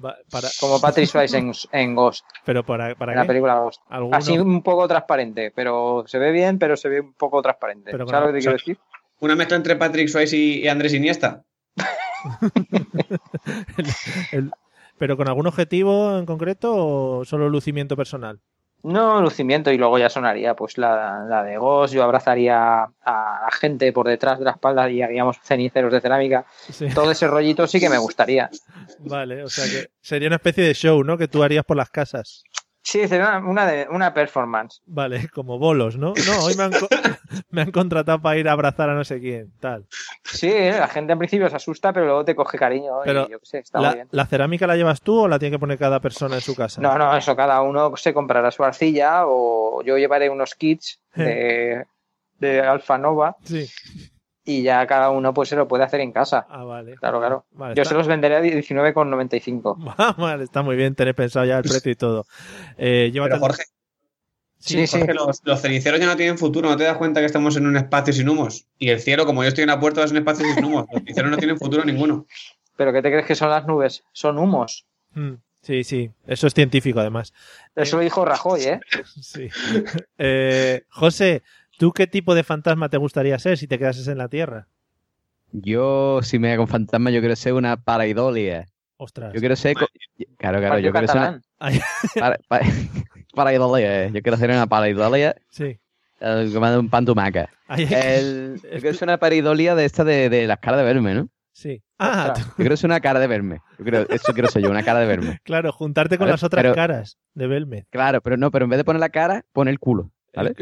S2: Va- para,
S4: como Patrick Swayze
S2: <laughs>
S4: en, en Ghost,
S2: Pero para, para
S4: en la
S2: qué?
S4: película Ghost.
S2: ¿Alguno?
S4: Así un poco transparente, pero se ve bien, pero se ve un poco transparente.
S2: Pero con
S4: ¿Sabes
S2: la-
S4: lo que te quiero decir?
S3: Una mezcla entre Patrick Swayze y y Andrés Iniesta.
S2: El- ¿Pero con algún objetivo en concreto o solo lucimiento personal?
S4: No, lucimiento, y luego ya sonaría pues la, la de Ghost, yo abrazaría a la gente por detrás de la espalda y haríamos ceniceros de cerámica.
S2: Sí.
S4: Todo ese rollito sí que me gustaría.
S2: <laughs> Vale, o sea que sería una especie de show, ¿no? Que tú harías por las casas.
S4: Sí, sería una, una de- una performance.
S2: Vale, <laughs> como bolos, ¿no? No, hoy me han, co- <laughs> me han contratado para ir a abrazar a no sé quién, tal.
S4: Sí, eh, la gente en principio se asusta, pero luego te coge cariño
S2: Pero
S4: y yo qué sé, está muy
S2: ¿La,
S4: bien.
S2: la cerámica la llevas tú o la tiene que poner cada persona en su casa?
S4: No, no, eso cada uno se comprará su arcilla o yo llevaré unos kits de, de Alfanova
S2: Sí.
S4: y ya cada uno pues se lo puede hacer en casa.
S2: Ah, vale.
S4: Claro, claro.
S2: Vale,
S4: yo
S2: está- Ah, <laughs>
S4: se los venderé a 19,95.
S2: Vale, está muy bien tener pensado ya el precio y todo. Eh, llévate
S3: Pero Jorge,
S2: Sí,
S3: Jorge, Los, los ceniceros ya no tienen futuro, ¿no te das cuenta que estamos en un espacio sin humos? Y el cielo, como yo estoy en la puerta, es un espacio sin humos. Los ceniceros no tienen futuro ninguno.
S4: ¿Pero qué te crees que son las nubes? Son humos.
S2: Mm, sí, sí, eso es científico además.
S4: Eso lo dijo Rajoy, ¿eh?
S2: Sí. Eh, José, ¿tú qué tipo de fantasma te gustaría ser si te quedases en la Tierra?
S6: Yo, si me hago un fantasma, yo quiero ser una paraidolia.
S2: Ostras.
S6: Yo quiero ser. co- Claro, claro,
S4: Partido
S6: yo quiero ser. Una...
S4: catalán.
S6: para- <laughs> para- paraidolia, eh. Yo quiero ser una paraidolia.
S2: Sí.
S6: eh, Comiendo un pan tumaca.
S2: Ay,
S6: El... Yo quiero ser una paraidolia de esta de, de las caras de verme, ¿no?
S2: <laughs> Sí. Ah, tú-
S6: Yo quiero ser una cara de verme. Yo creo, eso quiero ser yo, una cara de verme.
S2: claro, juntarte con
S6: Vale,
S2: las otras
S6: pero-
S2: caras de Belme.
S6: Claro, pero no, pero en vez de poner la cara, pone el culo. ¿Vale?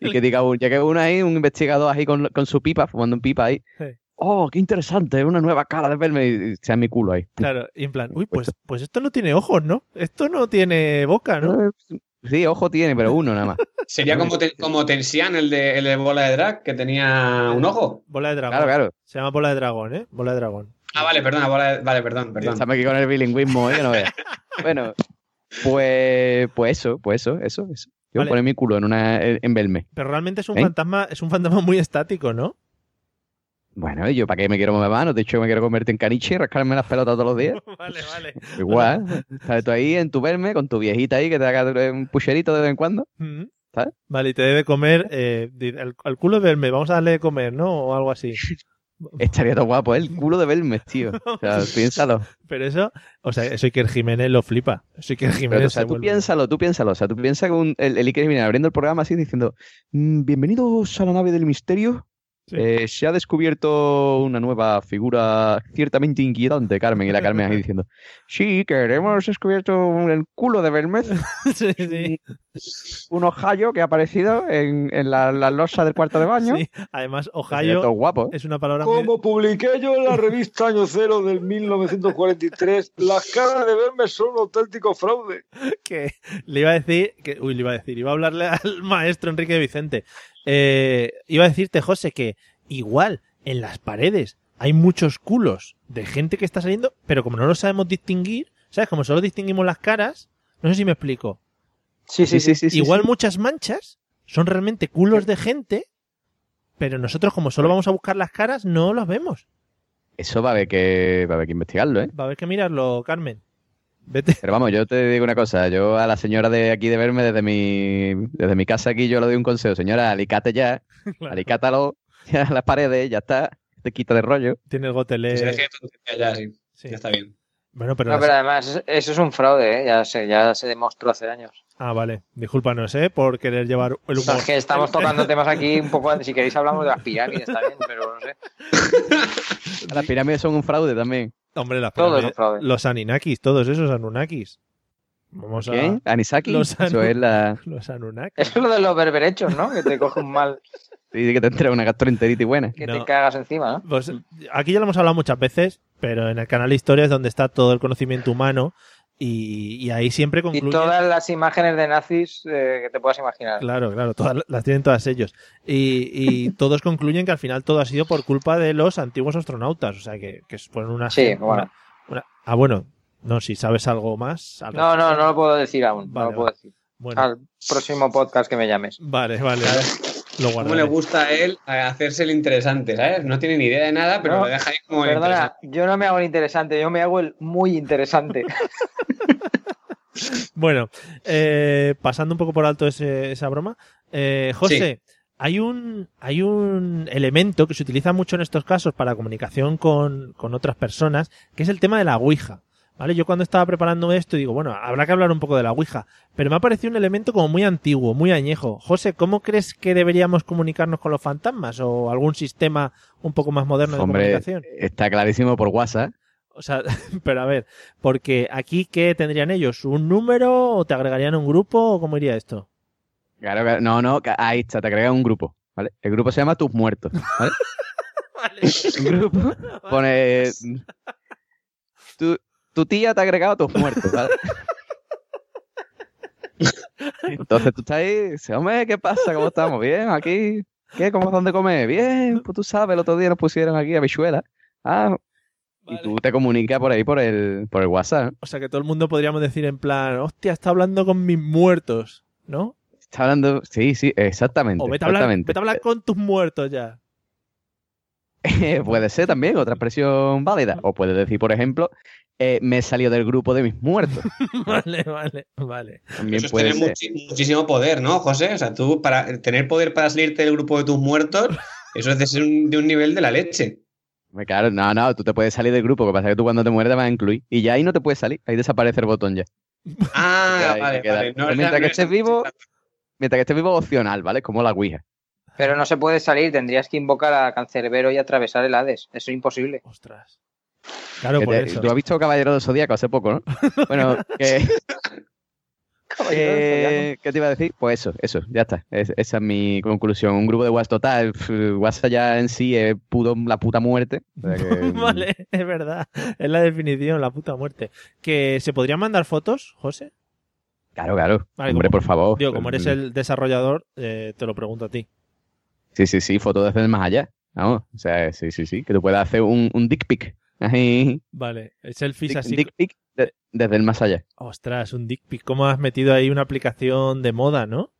S6: Y que diga, un- llegue uno ahí, un investigador ahí con, con su pipa, fumando un pipa ahí.
S2: Sí.
S6: ¡Oh, qué interesante! Una nueva cara de verme y y sea mi culo ahí.
S2: Claro, y en plan, uy, pues, pues esto no tiene ojos, ¿no? Esto no tiene boca,
S6: <laughs>
S2: ¿no?
S6: Eh, Sí, ojo tiene, pero
S2: <laughs>
S6: uno nada más.
S3: Sería como, te- como Tensian, el de, el de Bola de Drag, que tenía un ojo.
S2: Bola de dragón.
S6: Claro, claro.
S2: Se llama bola de dragón, ¿eh? Bola de dragón.
S3: Ah, vale, perdona, bola de- vale, perdón, perdón.
S6: Estamos aquí con el bilingüismo, ¿eh? Que no veas. Bueno, pues, pues eso, pues eso, eso, eso. Yo
S2: Vale.
S6: poner mi culo en una en verme.
S2: Pero realmente es un
S6: ¿Eh?
S2: fantasma, es un fantasma muy estático,
S6: <laughs>
S2: ¿no?
S6: Bueno, yo para qué me quiero mover más, no te he dicho que me quiero convertir en caniche y rascarme las pelotas todos
S2: <laughs>
S6: los días.
S2: vale, vale.
S6: Igual, ¿sabes? Tú ahí en tu verme, con tu viejita ahí que te haga un pucherito de vez en cuando,
S2: Mm.
S6: ¿sabes?
S2: Vale, y te debe comer, eh, di- al, al culo de verme, vamos a darle de comer, ¿no? O algo así.
S6: Estaría todo guapo, ¿eh? el culo de Belmes, tío. O sea, piénsalo.
S2: Pero eso, o sea, eso Iker Jiménez lo flipa. Eso Iker
S6: Pero, tú, o
S2: Jiménez
S6: sea,
S2: se
S6: tú
S2: vuelve.
S6: piénsalo, tú piénsalo. O sea, tú piensas que un- el, el Iker viene abriendo el programa así diciendo: "Mm, Bienvenidos a la nave del misterio. Eh, se ha descubierto una nueva figura ciertamente inquietante, Carmen. Y la Carmen ahí diciendo: Sí, que hemos descubierto el culo de Belmez.
S2: <laughs> Sí, sí.
S6: Un ojallo que ha aparecido en, en la, la losa del cuarto de baño.
S2: Sí, Además,
S6: Pues Sería todo
S2: Ohio
S6: guapo. ¿eh?
S2: es una palabra muy-
S9: Como publiqué yo en la revista Año Cero del 1943, las caras de verme son un auténtico fraude.
S2: que le iba a decir, que, uy, le iba a decir, iba a hablarle al <laughs> maestro Enrique Vicente. Eh, iba a decirte, José, que igual en las paredes hay muchos culos de gente que está saliendo, pero como no lo sabemos distinguir, ¿sabes? Como solo distinguimos las caras, no sé si me explico.
S4: Sí, sí, sí.
S2: igual muchas manchas son realmente culos de gente, pero nosotros como solo vamos a buscar las caras, no las vemos.
S6: Eso va a haber que, va a haber que investigarlo, ¿eh?
S2: Va a haber que mirarlo, Carmen. Vete. <laughs>
S6: Pero vamos, yo te digo una cosa, yo a la señora de aquí de verme desde mi, desde mi casa aquí, yo le doy un consejo, señora, alicate ya,
S2: <laughs>
S6: alicátalo <laughs> ya a las paredes, ya está, te quita de rollo.
S2: Tienes
S3: Que se deje
S2: gotelé.
S3: de tontería ya, sí.
S2: Sí.
S3: Ya está bien.
S2: Bueno, pero...
S4: No,
S2: las-
S4: pero además, eso es un fraude, ¿eh? ya, se, ya se demostró hace años.
S2: Ah, vale. Discúlpanos, ¿eh? Por querer llevar el
S4: O sea,
S2: humor.
S4: es
S2: <laughs>
S4: que estamos tocando temas aquí un poco. Si queréis, hablamos de las pirámides también, pero no sé. <laughs>
S6: Las pirámides son un fraude también.
S2: Hombre, las
S4: Todo es un
S2: pirámides-
S4: fraude.
S2: Los Anunnakis, todos esos Anunnakis. Vamos
S6: ¿Quién? Anisaki,
S2: los
S6: eso
S2: anu-
S6: es la...
S2: a <laughs> los Anunnakis.
S4: Es lo de los berberechos, ¿no? Que te coge un mal
S6: Dice que te entra una gastroenteritis buena.
S4: que
S2: No.
S4: te cagas encima, ¿no?
S2: Pues, aquí ya lo hemos hablado muchas veces, pero en el canal Historias es donde está todo el conocimiento humano y, y ahí siempre
S4: Y
S2: concluye.
S4: todas las imágenes de nazis eh, que te puedas imaginar.
S2: Claro, claro, todas, las tienen todas ellos. Y, y todos concluyen que al final todo ha sido por culpa de los antiguos astronautas, o sea, que, que fueron una...
S4: Sí,
S2: una-
S4: bueno.
S2: una- ah, bueno, no, si sabes algo más... al
S4: No, no, no lo puedo decir aún.
S2: Vale,
S4: no lo puedo
S2: vale.
S4: decir.
S2: Bueno,
S4: Al próximo podcast que me llames.
S2: vale, vale. Lo
S3: ¿Cómo le
S2: guardaré.
S3: gusta a él hacerse el interesante, ¿sabes? No tiene ni idea de nada, pero
S4: No,
S3: lo deja ahí como el
S4: Perdona,
S3: interesante.
S4: yo no me hago el interesante, yo me hago el muy interesante.
S2: Bueno, eh, pasando un poco por alto ese- esa broma, eh, José, hay un hay un elemento que se utiliza mucho en estos casos para comunicación con, con otras personas, que es el tema de la Ouija. ¿Vale? Yo cuando estaba preparando esto digo, bueno, habrá que hablar un poco de la Ouija, pero me ha parecido un elemento como muy antiguo, muy añejo. José, ¿cómo crees que deberíamos comunicarnos con los fantasmas o algún sistema un poco más moderno de
S6: Hombre,
S2: comunicación?
S6: está clarísimo por WhatsApp.
S2: O sea, <laughs> pero a ver, porque aquí ¿qué tendrían ellos? ¿Un número o te agregarían un grupo o cómo iría esto?
S6: Claro, claro, no, no, ca- ahí está, te agrega un grupo, ¿vale? El grupo se llama Tus Muertos, ¿vale?
S2: <laughs>
S6: Un grupo pone... Tu, tu tía te ha agregado a Tus Muertos, ¿vale? Entonces tú estás ahí, dices, hombre, ¿qué pasa? ¿Cómo estamos? ¿Bien? ¿Aquí? ¿Qué? ¿Cómo dónde comer? Bien, pues tú sabes, el otro día nos pusieron aquí habichuelas. Ah, y tú te comunicas por ahí, por el, por el WhatsApp.
S2: O sea, que todo el mundo podríamos decir en plan, hostia, está hablando con mis muertos, ¿no?
S6: Está hablando... Sí, sí, exactamente.
S2: O vete a hablar,
S6: exactamente.
S2: vete a hablar con tus muertos ya.
S6: Eh, <laughs> puede ser también otra expresión válida. O puedes decir, por ejemplo, eh, me he salido del grupo de mis muertos.
S3: <laughs>
S2: vale, vale, vale.
S6: También
S3: Eso es
S6: puede
S3: tener
S6: ser.
S3: muchi- muchísimo poder, ¿no, José? O sea, tú, para tener poder para salirte del grupo de
S2: <laughs>
S3: tus muertos, eso es de ser un- de un nivel de la leche.
S6: Me Claro, no, no, tú te puedes salir del grupo. Lo que pasa es que tú cuando te mueres te vas a incluir. Y ya ahí no te puedes salir. Ahí desaparece el botón ya.
S3: Ah,
S6: Ahí te
S3: vale,
S6: queda.
S3: vale. No,
S6: Pero
S3: no,
S6: mientras
S3: no
S6: que
S3: está-
S6: estés vivo, mientras que estés vivo opcional, ¿vale? Como la Ouija.
S4: Pero no se puede salir, tendrías que invocar a Cancerbero y atravesar el Hades. Eso es imposible.
S2: Ostras. Claro,
S6: Que
S2: por
S6: te-
S2: <laughs> eso.
S6: Tú has visto <laughs> Caballero del Zodíaco hace poco, ¿no? bueno, que, Eh, ¿Qué te iba a decir? Pues eso, eso, ya está. Es- esa es mi conclusión. Un grupo de WhatsApp total. pf, WhatsApp ya en sí es pudo la puta muerte. O sea que,
S2: <laughs> vale, es verdad. Es la definición, la puta muerte. ¿Que se podrían mandar fotos, José?
S6: Claro, claro.
S2: Vale,
S6: Hombre,
S2: como-
S6: por favor.
S2: Digo, como eres el desarrollador, eh, te lo pregunto a ti.
S6: Sí, sí, sí, fotos desde el más allá. Vamos, o sea, sí, sí, sí. Que tú puedas hacer un, un dick pic. <laughs> Ahí.
S2: Vale, selfies
S6: Dick,
S2: así.
S6: dick pic de- desde el más allá.
S2: Ostras, un dick pic. ¿Cómo has metido ahí una aplicación de moda, no?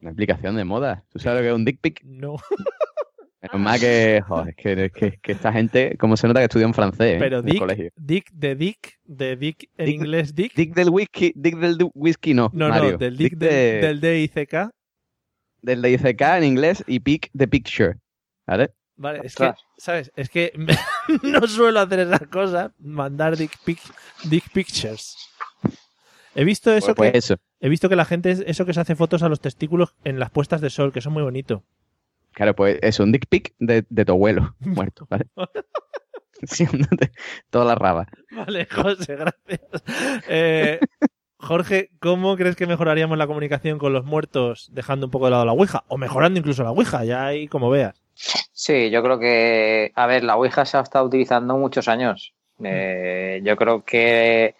S6: Una aplicación de moda. ¿Tú sabes lo que es un dick pic?
S2: No.
S6: Menos mal que, joder, es que, es que, es que esta gente, como se nota que estudia en francés ¿eh?
S2: Pero
S6: en el
S2: dick,
S6: colegio.
S2: dick de dick, de dick en
S6: Dick-
S2: inglés dick.
S6: Dick del whisky, dick del du- whisky no,
S2: No,
S6: Mario.
S2: no, del dick,
S6: de-
S2: del, del DICK.
S6: del de ICK en inglés y pic de picture, ¿vale?
S2: Vale, es que, ¿sabes? Es que <laughs> no suelo hacer esas cosas, mandar dick, pic, dick pictures. He visto eso
S6: Pues
S2: que
S6: eso.
S2: he visto que la gente es- eso que se hace fotos a los testículos en las puestas de sol, que son muy bonito.
S6: Claro, pues es un dick pic de, de tu abuelo muerto, ¿vale? <laughs> Sí, toda la raba.
S2: Vale, <laughs> José, gracias. Eh, Jorge, ¿cómo crees que mejoraríamos la comunicación con los muertos dejando un poco de lado la Ouija? O mejorando incluso la Ouija, ya ahí como veas.
S4: Sí, yo creo que, a ver, la Ouija se ha estado utilizando muchos años.
S6: Mm.
S4: Eh, yo creo que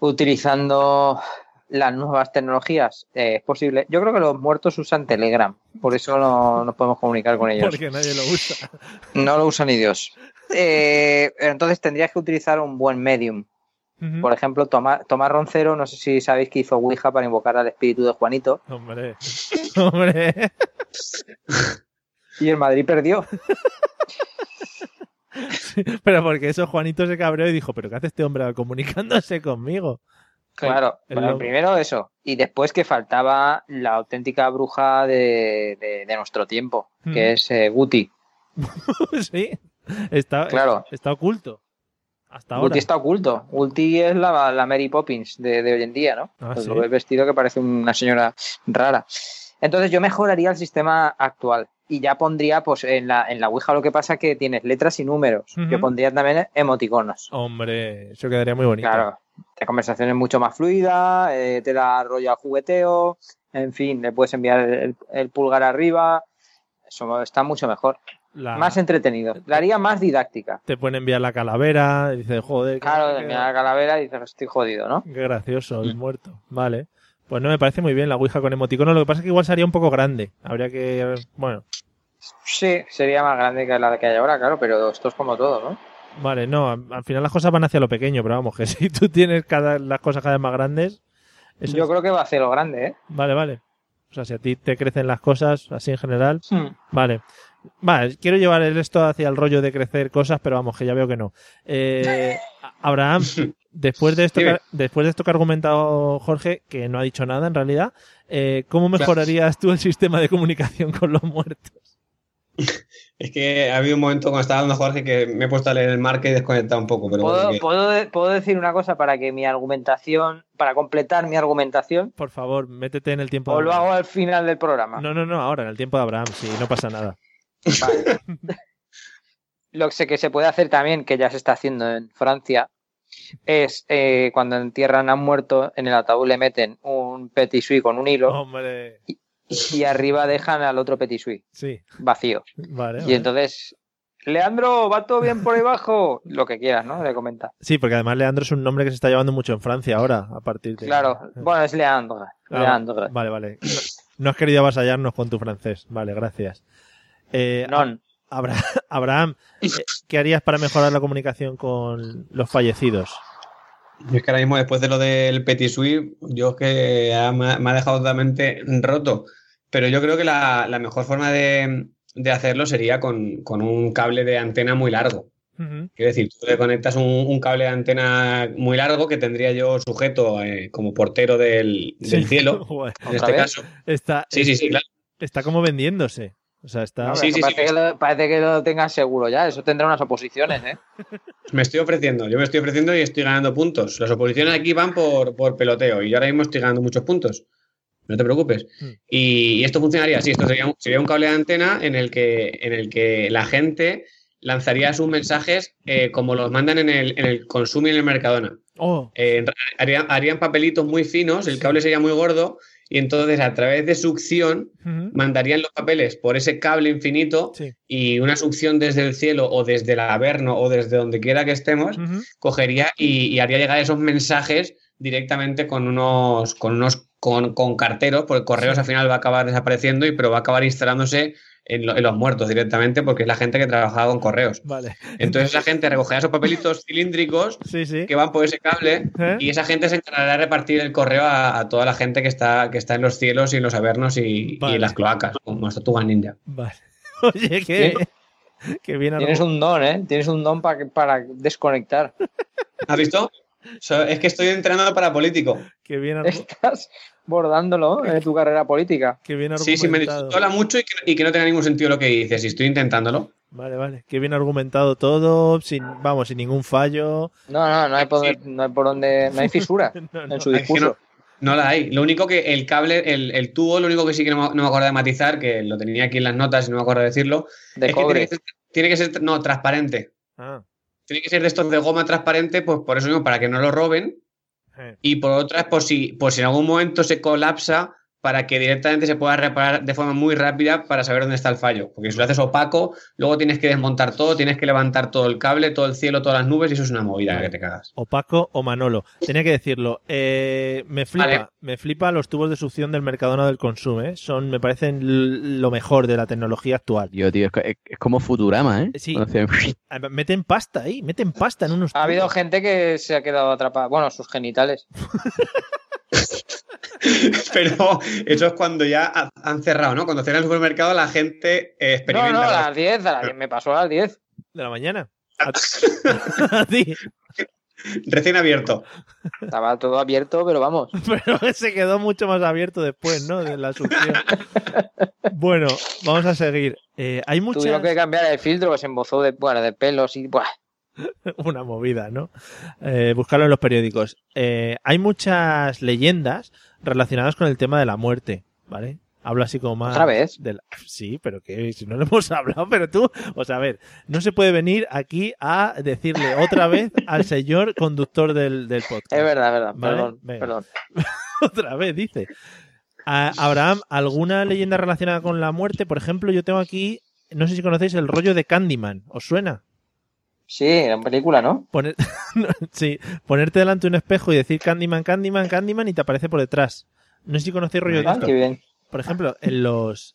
S4: utilizando las nuevas tecnologías eh, es posible. Yo creo que los muertos usan Telegram, por eso no nos podemos comunicar con ellos.
S2: Porque nadie lo usa.
S4: No lo usa ni Dios. Eh, entonces tendrías que utilizar un buen medium.
S6: Mm.
S2: Ujú.
S4: Por ejemplo, Tomás, Tomás Roncero, no sé si sabéis que hizo Ouija para invocar al espíritu de Juanito.
S2: Hombre, <laughs> hombre.
S4: Y el Madrid
S2: <laughs>
S4: perdió.
S2: Pero porque eso Juanito se cabreó y dijo, pero ¿qué hace este hombre comunicándose conmigo? <laughs>
S4: Claro,
S2: el
S4: bueno,
S2: lobo.
S4: primero eso. Y después que faltaba la auténtica bruja de, de- de nuestro tiempo,
S2: Hmm.
S4: que es eh, Guti.
S2: sí, está,
S4: Claro.
S2: está oculto. Hasta ahora.
S4: Guti está oculto. Guti es la, la Mary Poppins de, de hoy en día, ¿no?
S2: Ah,
S4: Pues
S2: ¿sí?
S4: Lo ves vestido que parece una señora rara. Entonces yo mejoraría el sistema actual y ya pondría pues en la, en la Ouija lo que pasa que tienes letras y números.
S2: Ujú.
S4: Yo pondría también emoticonos.
S2: Hombre, eso quedaría muy bonito.
S4: Claro, la conversación es mucho más fluida, eh, te da rollo al jugueteo, en fin, le puedes enviar el, el pulgar arriba, eso está mucho mejor,
S2: La-
S4: más entretenido, la haría más didáctica.
S2: Te pueden enviar la calavera, dice, joder, qué-
S4: Claro,
S2: qué-
S4: de mirar la calavera y dices, estoy jodido, ¿no?
S2: qué gracioso, el muerto. Vale. Pues no me parece muy bien la Ouija con emoticono. Lo que pasa es que igual sería un poco grande. Habría que. Bueno,
S4: Sí, sería más grande que la que hay ahora, claro, pero esto es como todo, ¿no?
S2: vale, no. al- Al final las cosas van hacia lo pequeño, pero vamos, que <laughs> si tú tienes cada, las cosas cada vez más grandes. eso
S4: Yo
S2: es-
S4: creo que va a ser lo grande, ¿eh?
S2: Vale, vale. O sea, si a ti te crecen las cosas así en general.
S4: Hmm.
S2: Vale. Vale, quiero llevar el- esto hacia el rollo de crecer cosas, pero vamos, que ya veo que no. Eh, Abraham, después de, esto que,
S3: Dime.
S2: después de esto que ha argumentado Jorge, que no ha dicho nada en realidad, eh, ¿cómo mejorarías tú el sistema de comunicación con los muertos?
S3: Es que ha habido un momento cuando estaba hablando Jorge que me he puesto a leer el marca y he desconectado un poco, pero bueno,
S4: ¿Puedo,
S3: que-
S4: puedo de- puedo decir una cosa para que mi argumentación, para completar mi argumentación,
S2: Por favor, métete en el tiempo
S4: o
S2: de
S4: lo
S2: Abraham.
S4: hago al final del programa?
S2: No, no, no, ahora, en el tiempo de Abraham, sí, no pasa nada.
S4: Vale. Lo que se- que se puede hacer también, que ya se está haciendo en Francia, es eh, cuando entierran a un muerto, en el ataúd le meten un petit suisse con un
S2: Oh.
S4: hilo
S2: Hombre,
S4: y arriba dejan al otro petit suisse
S2: sí,
S4: vacío.
S2: vale.
S4: Y
S2: vale.
S4: entonces, Leandro, ¿va todo bien por ahí abajo? Lo que quieras, ¿no? Le comenta.
S2: Sí, porque además Leandro es un nombre que se está llevando mucho en Francia ahora, a partir de...
S4: Claro, bueno, es Leandro.
S2: Ah,
S4: Leandro.
S2: Vale, vale. No, no has querido avasallarnos con tu francés. Vale, gracias. Eh,
S4: Non.
S2: Abra- <laughs> Abraham, eh, ¿qué harías para mejorar la comunicación con los fallecidos?
S3: Yo es que ahora mismo, después de lo del Petit Suisse, yo es que ya me ha, me ha dejado totalmente roto. Pero yo creo que la, la mejor forma de, de hacerlo sería con, con un cable de antena muy largo. Quiero decir, tú le conectas un, un cable de antena muy largo que tendría yo sujeto eh, como portero del, del
S2: Sí.
S6: <laughs>
S2: <laughs>
S3: cielo.
S2: Joder.
S3: En este caso.
S2: Está,
S3: Sí, sí, sí, claro.
S2: está como vendiéndose. O sea, está.
S4: No, pero parece, Que lo, parece que lo tengan seguro ya, eso tendrá unas oposiciones, ¿eh?
S3: Me estoy ofreciendo, yo me estoy ofreciendo y estoy ganando puntos. Las oposiciones aquí van por, por peloteo y yo ahora mismo estoy ganando muchos puntos. No te preocupes. Y, y esto funcionaría así, esto sería un, sería un cable de antena en el que, en el que la gente lanzaría sus mensajes eh, como los mandan en el, en el Consum y en el Mercadona.
S2: Oh.
S3: Eh, harían, harían papelitos muy finos, el cable sería muy gordo y entonces a través de succión mandarían los papeles por ese cable infinito y una succión desde el cielo o desde el averno o desde donde quiera que estemos cogería y, y haría llegar esos mensajes directamente con unos con unos con, con carteros porque correos al final va a acabar desapareciendo y pero va a acabar instalándose en, lo- en los muertos directamente porque es la gente que trabajaba con correos
S2: Vale.
S3: entonces esa gente recogerá esos papelitos cilíndricos
S2: Sí, sí.
S3: que van por ese cable
S2: ¿Eh?
S3: y esa gente se encargará de repartir el correo a, a toda la gente que está, que está en los cielos y en los avernos y, y en las cloacas, como las tortugas ninja.
S2: Vale. <laughs> Oye, qué, qué bien
S4: Tienes un don, ¿eh? Tienes un don pa- para desconectar. <laughs>
S3: ¿Has visto? So- es que estoy entrenando para político.
S2: Qué bien,
S3: Eh,
S4: Estás bordándolo en tu carrera política.
S2: Qué bien
S3: Sí, sí, me disfrutola mucho y que, y que no tenga ningún sentido lo que dices y estoy intentándolo.
S2: Vale, vale. Qué bien argumentado todo, sin, vamos, sin ningún
S3: <laughs>
S2: fallo.
S4: No, no, no hay por, no hay por donde... No hay fisura en su
S3: <laughs> Es que
S4: discurso.
S3: No, no la hay. Lo único que el cable, el, el tubo, lo único que sí que no, me- no me acuerdo de matizar, que lo tenía aquí en las notas y no me acuerdo de decirlo,
S4: De
S3: es que tiene
S4: cobre.
S3: que ser- tiene que ser, no, transparente.
S2: Ah,
S3: Tiene que ser de estos de goma transparente, pues por eso mismo, para que no lo roben.
S2: Eh.
S3: Y por otra es por si, por si en algún momento se colapsa, para que directamente se pueda reparar de forma muy rápida para saber dónde está el fallo. Porque si lo haces opaco, luego tienes que desmontar todo, tienes que levantar todo el cable, todo el cielo, todas las nubes, y eso es una movida que te cagas.
S2: O Paco o Manolo. Tenía que decirlo. Eh, me flipa,
S3: Vale.
S2: me flipa los tubos de succión del Mercadona del Consumo, ¿eh? Son, me parecen l- lo mejor de la tecnología actual.
S6: Yo, tío, es, co- es- es como Futurama, ¿eh?
S2: Sí.
S6: Cuando hacen-
S2: Ah, Meten pasta ahí, meten pasta en unos
S4: Ha habido
S2: tubos.
S4: gente que se ha quedado atrapada. Bueno, sus genitales.
S3: <laughs> Pero eso es cuando ya ha- han cerrado, ¿no? Cuando cierran el supermercado, la gente eh,
S4: No,
S3: experimenta.
S4: no, a
S3: la-
S4: las 10, a las 10. Me pasó a las 10.
S2: De la mañana. <laughs>
S3: Recién abierto.
S4: Estaba todo abierto, pero vamos.
S2: Pero se quedó mucho más abierto después, ¿no? De la
S4: <laughs>
S2: succión. bueno, vamos a seguir. Eh, hay muchas...
S4: Tuvieron que cambiar el filtro que se embozó de, bueno, de pelos y... Buah.
S2: <laughs> una movida, ¿no? Eh, buscarlo en los periódicos. Eh, hay muchas leyendas relacionadas con el tema de la muerte, ¿vale? Hablo así como más.
S4: ¿Otra vez?
S2: de la- Sí, pero que si no lo hemos <laughs> hablado, pero tú, o sea, a ver, no se puede venir aquí a decirle otra
S4: <laughs>
S2: vez al señor conductor del, del podcast.
S4: Es verdad, es verdad.
S2: ¿Vale?
S4: Perdón,
S2: Venga.
S4: perdón.
S2: <laughs> otra vez, dice. A- Abraham, ¿alguna leyenda relacionada con la muerte? Por ejemplo, yo tengo aquí, no sé si conocéis el rollo de Candyman, ¿os suena?
S4: Sí, era una película, ¿no?
S2: Poner- <laughs> no, sí, ponerte delante de un espejo y decir Candyman, Candyman, Candyman y te aparece por detrás. No sé si conocéis rollo de
S4: Ah,
S2: esto.
S4: qué bien.
S2: Por ejemplo, en los,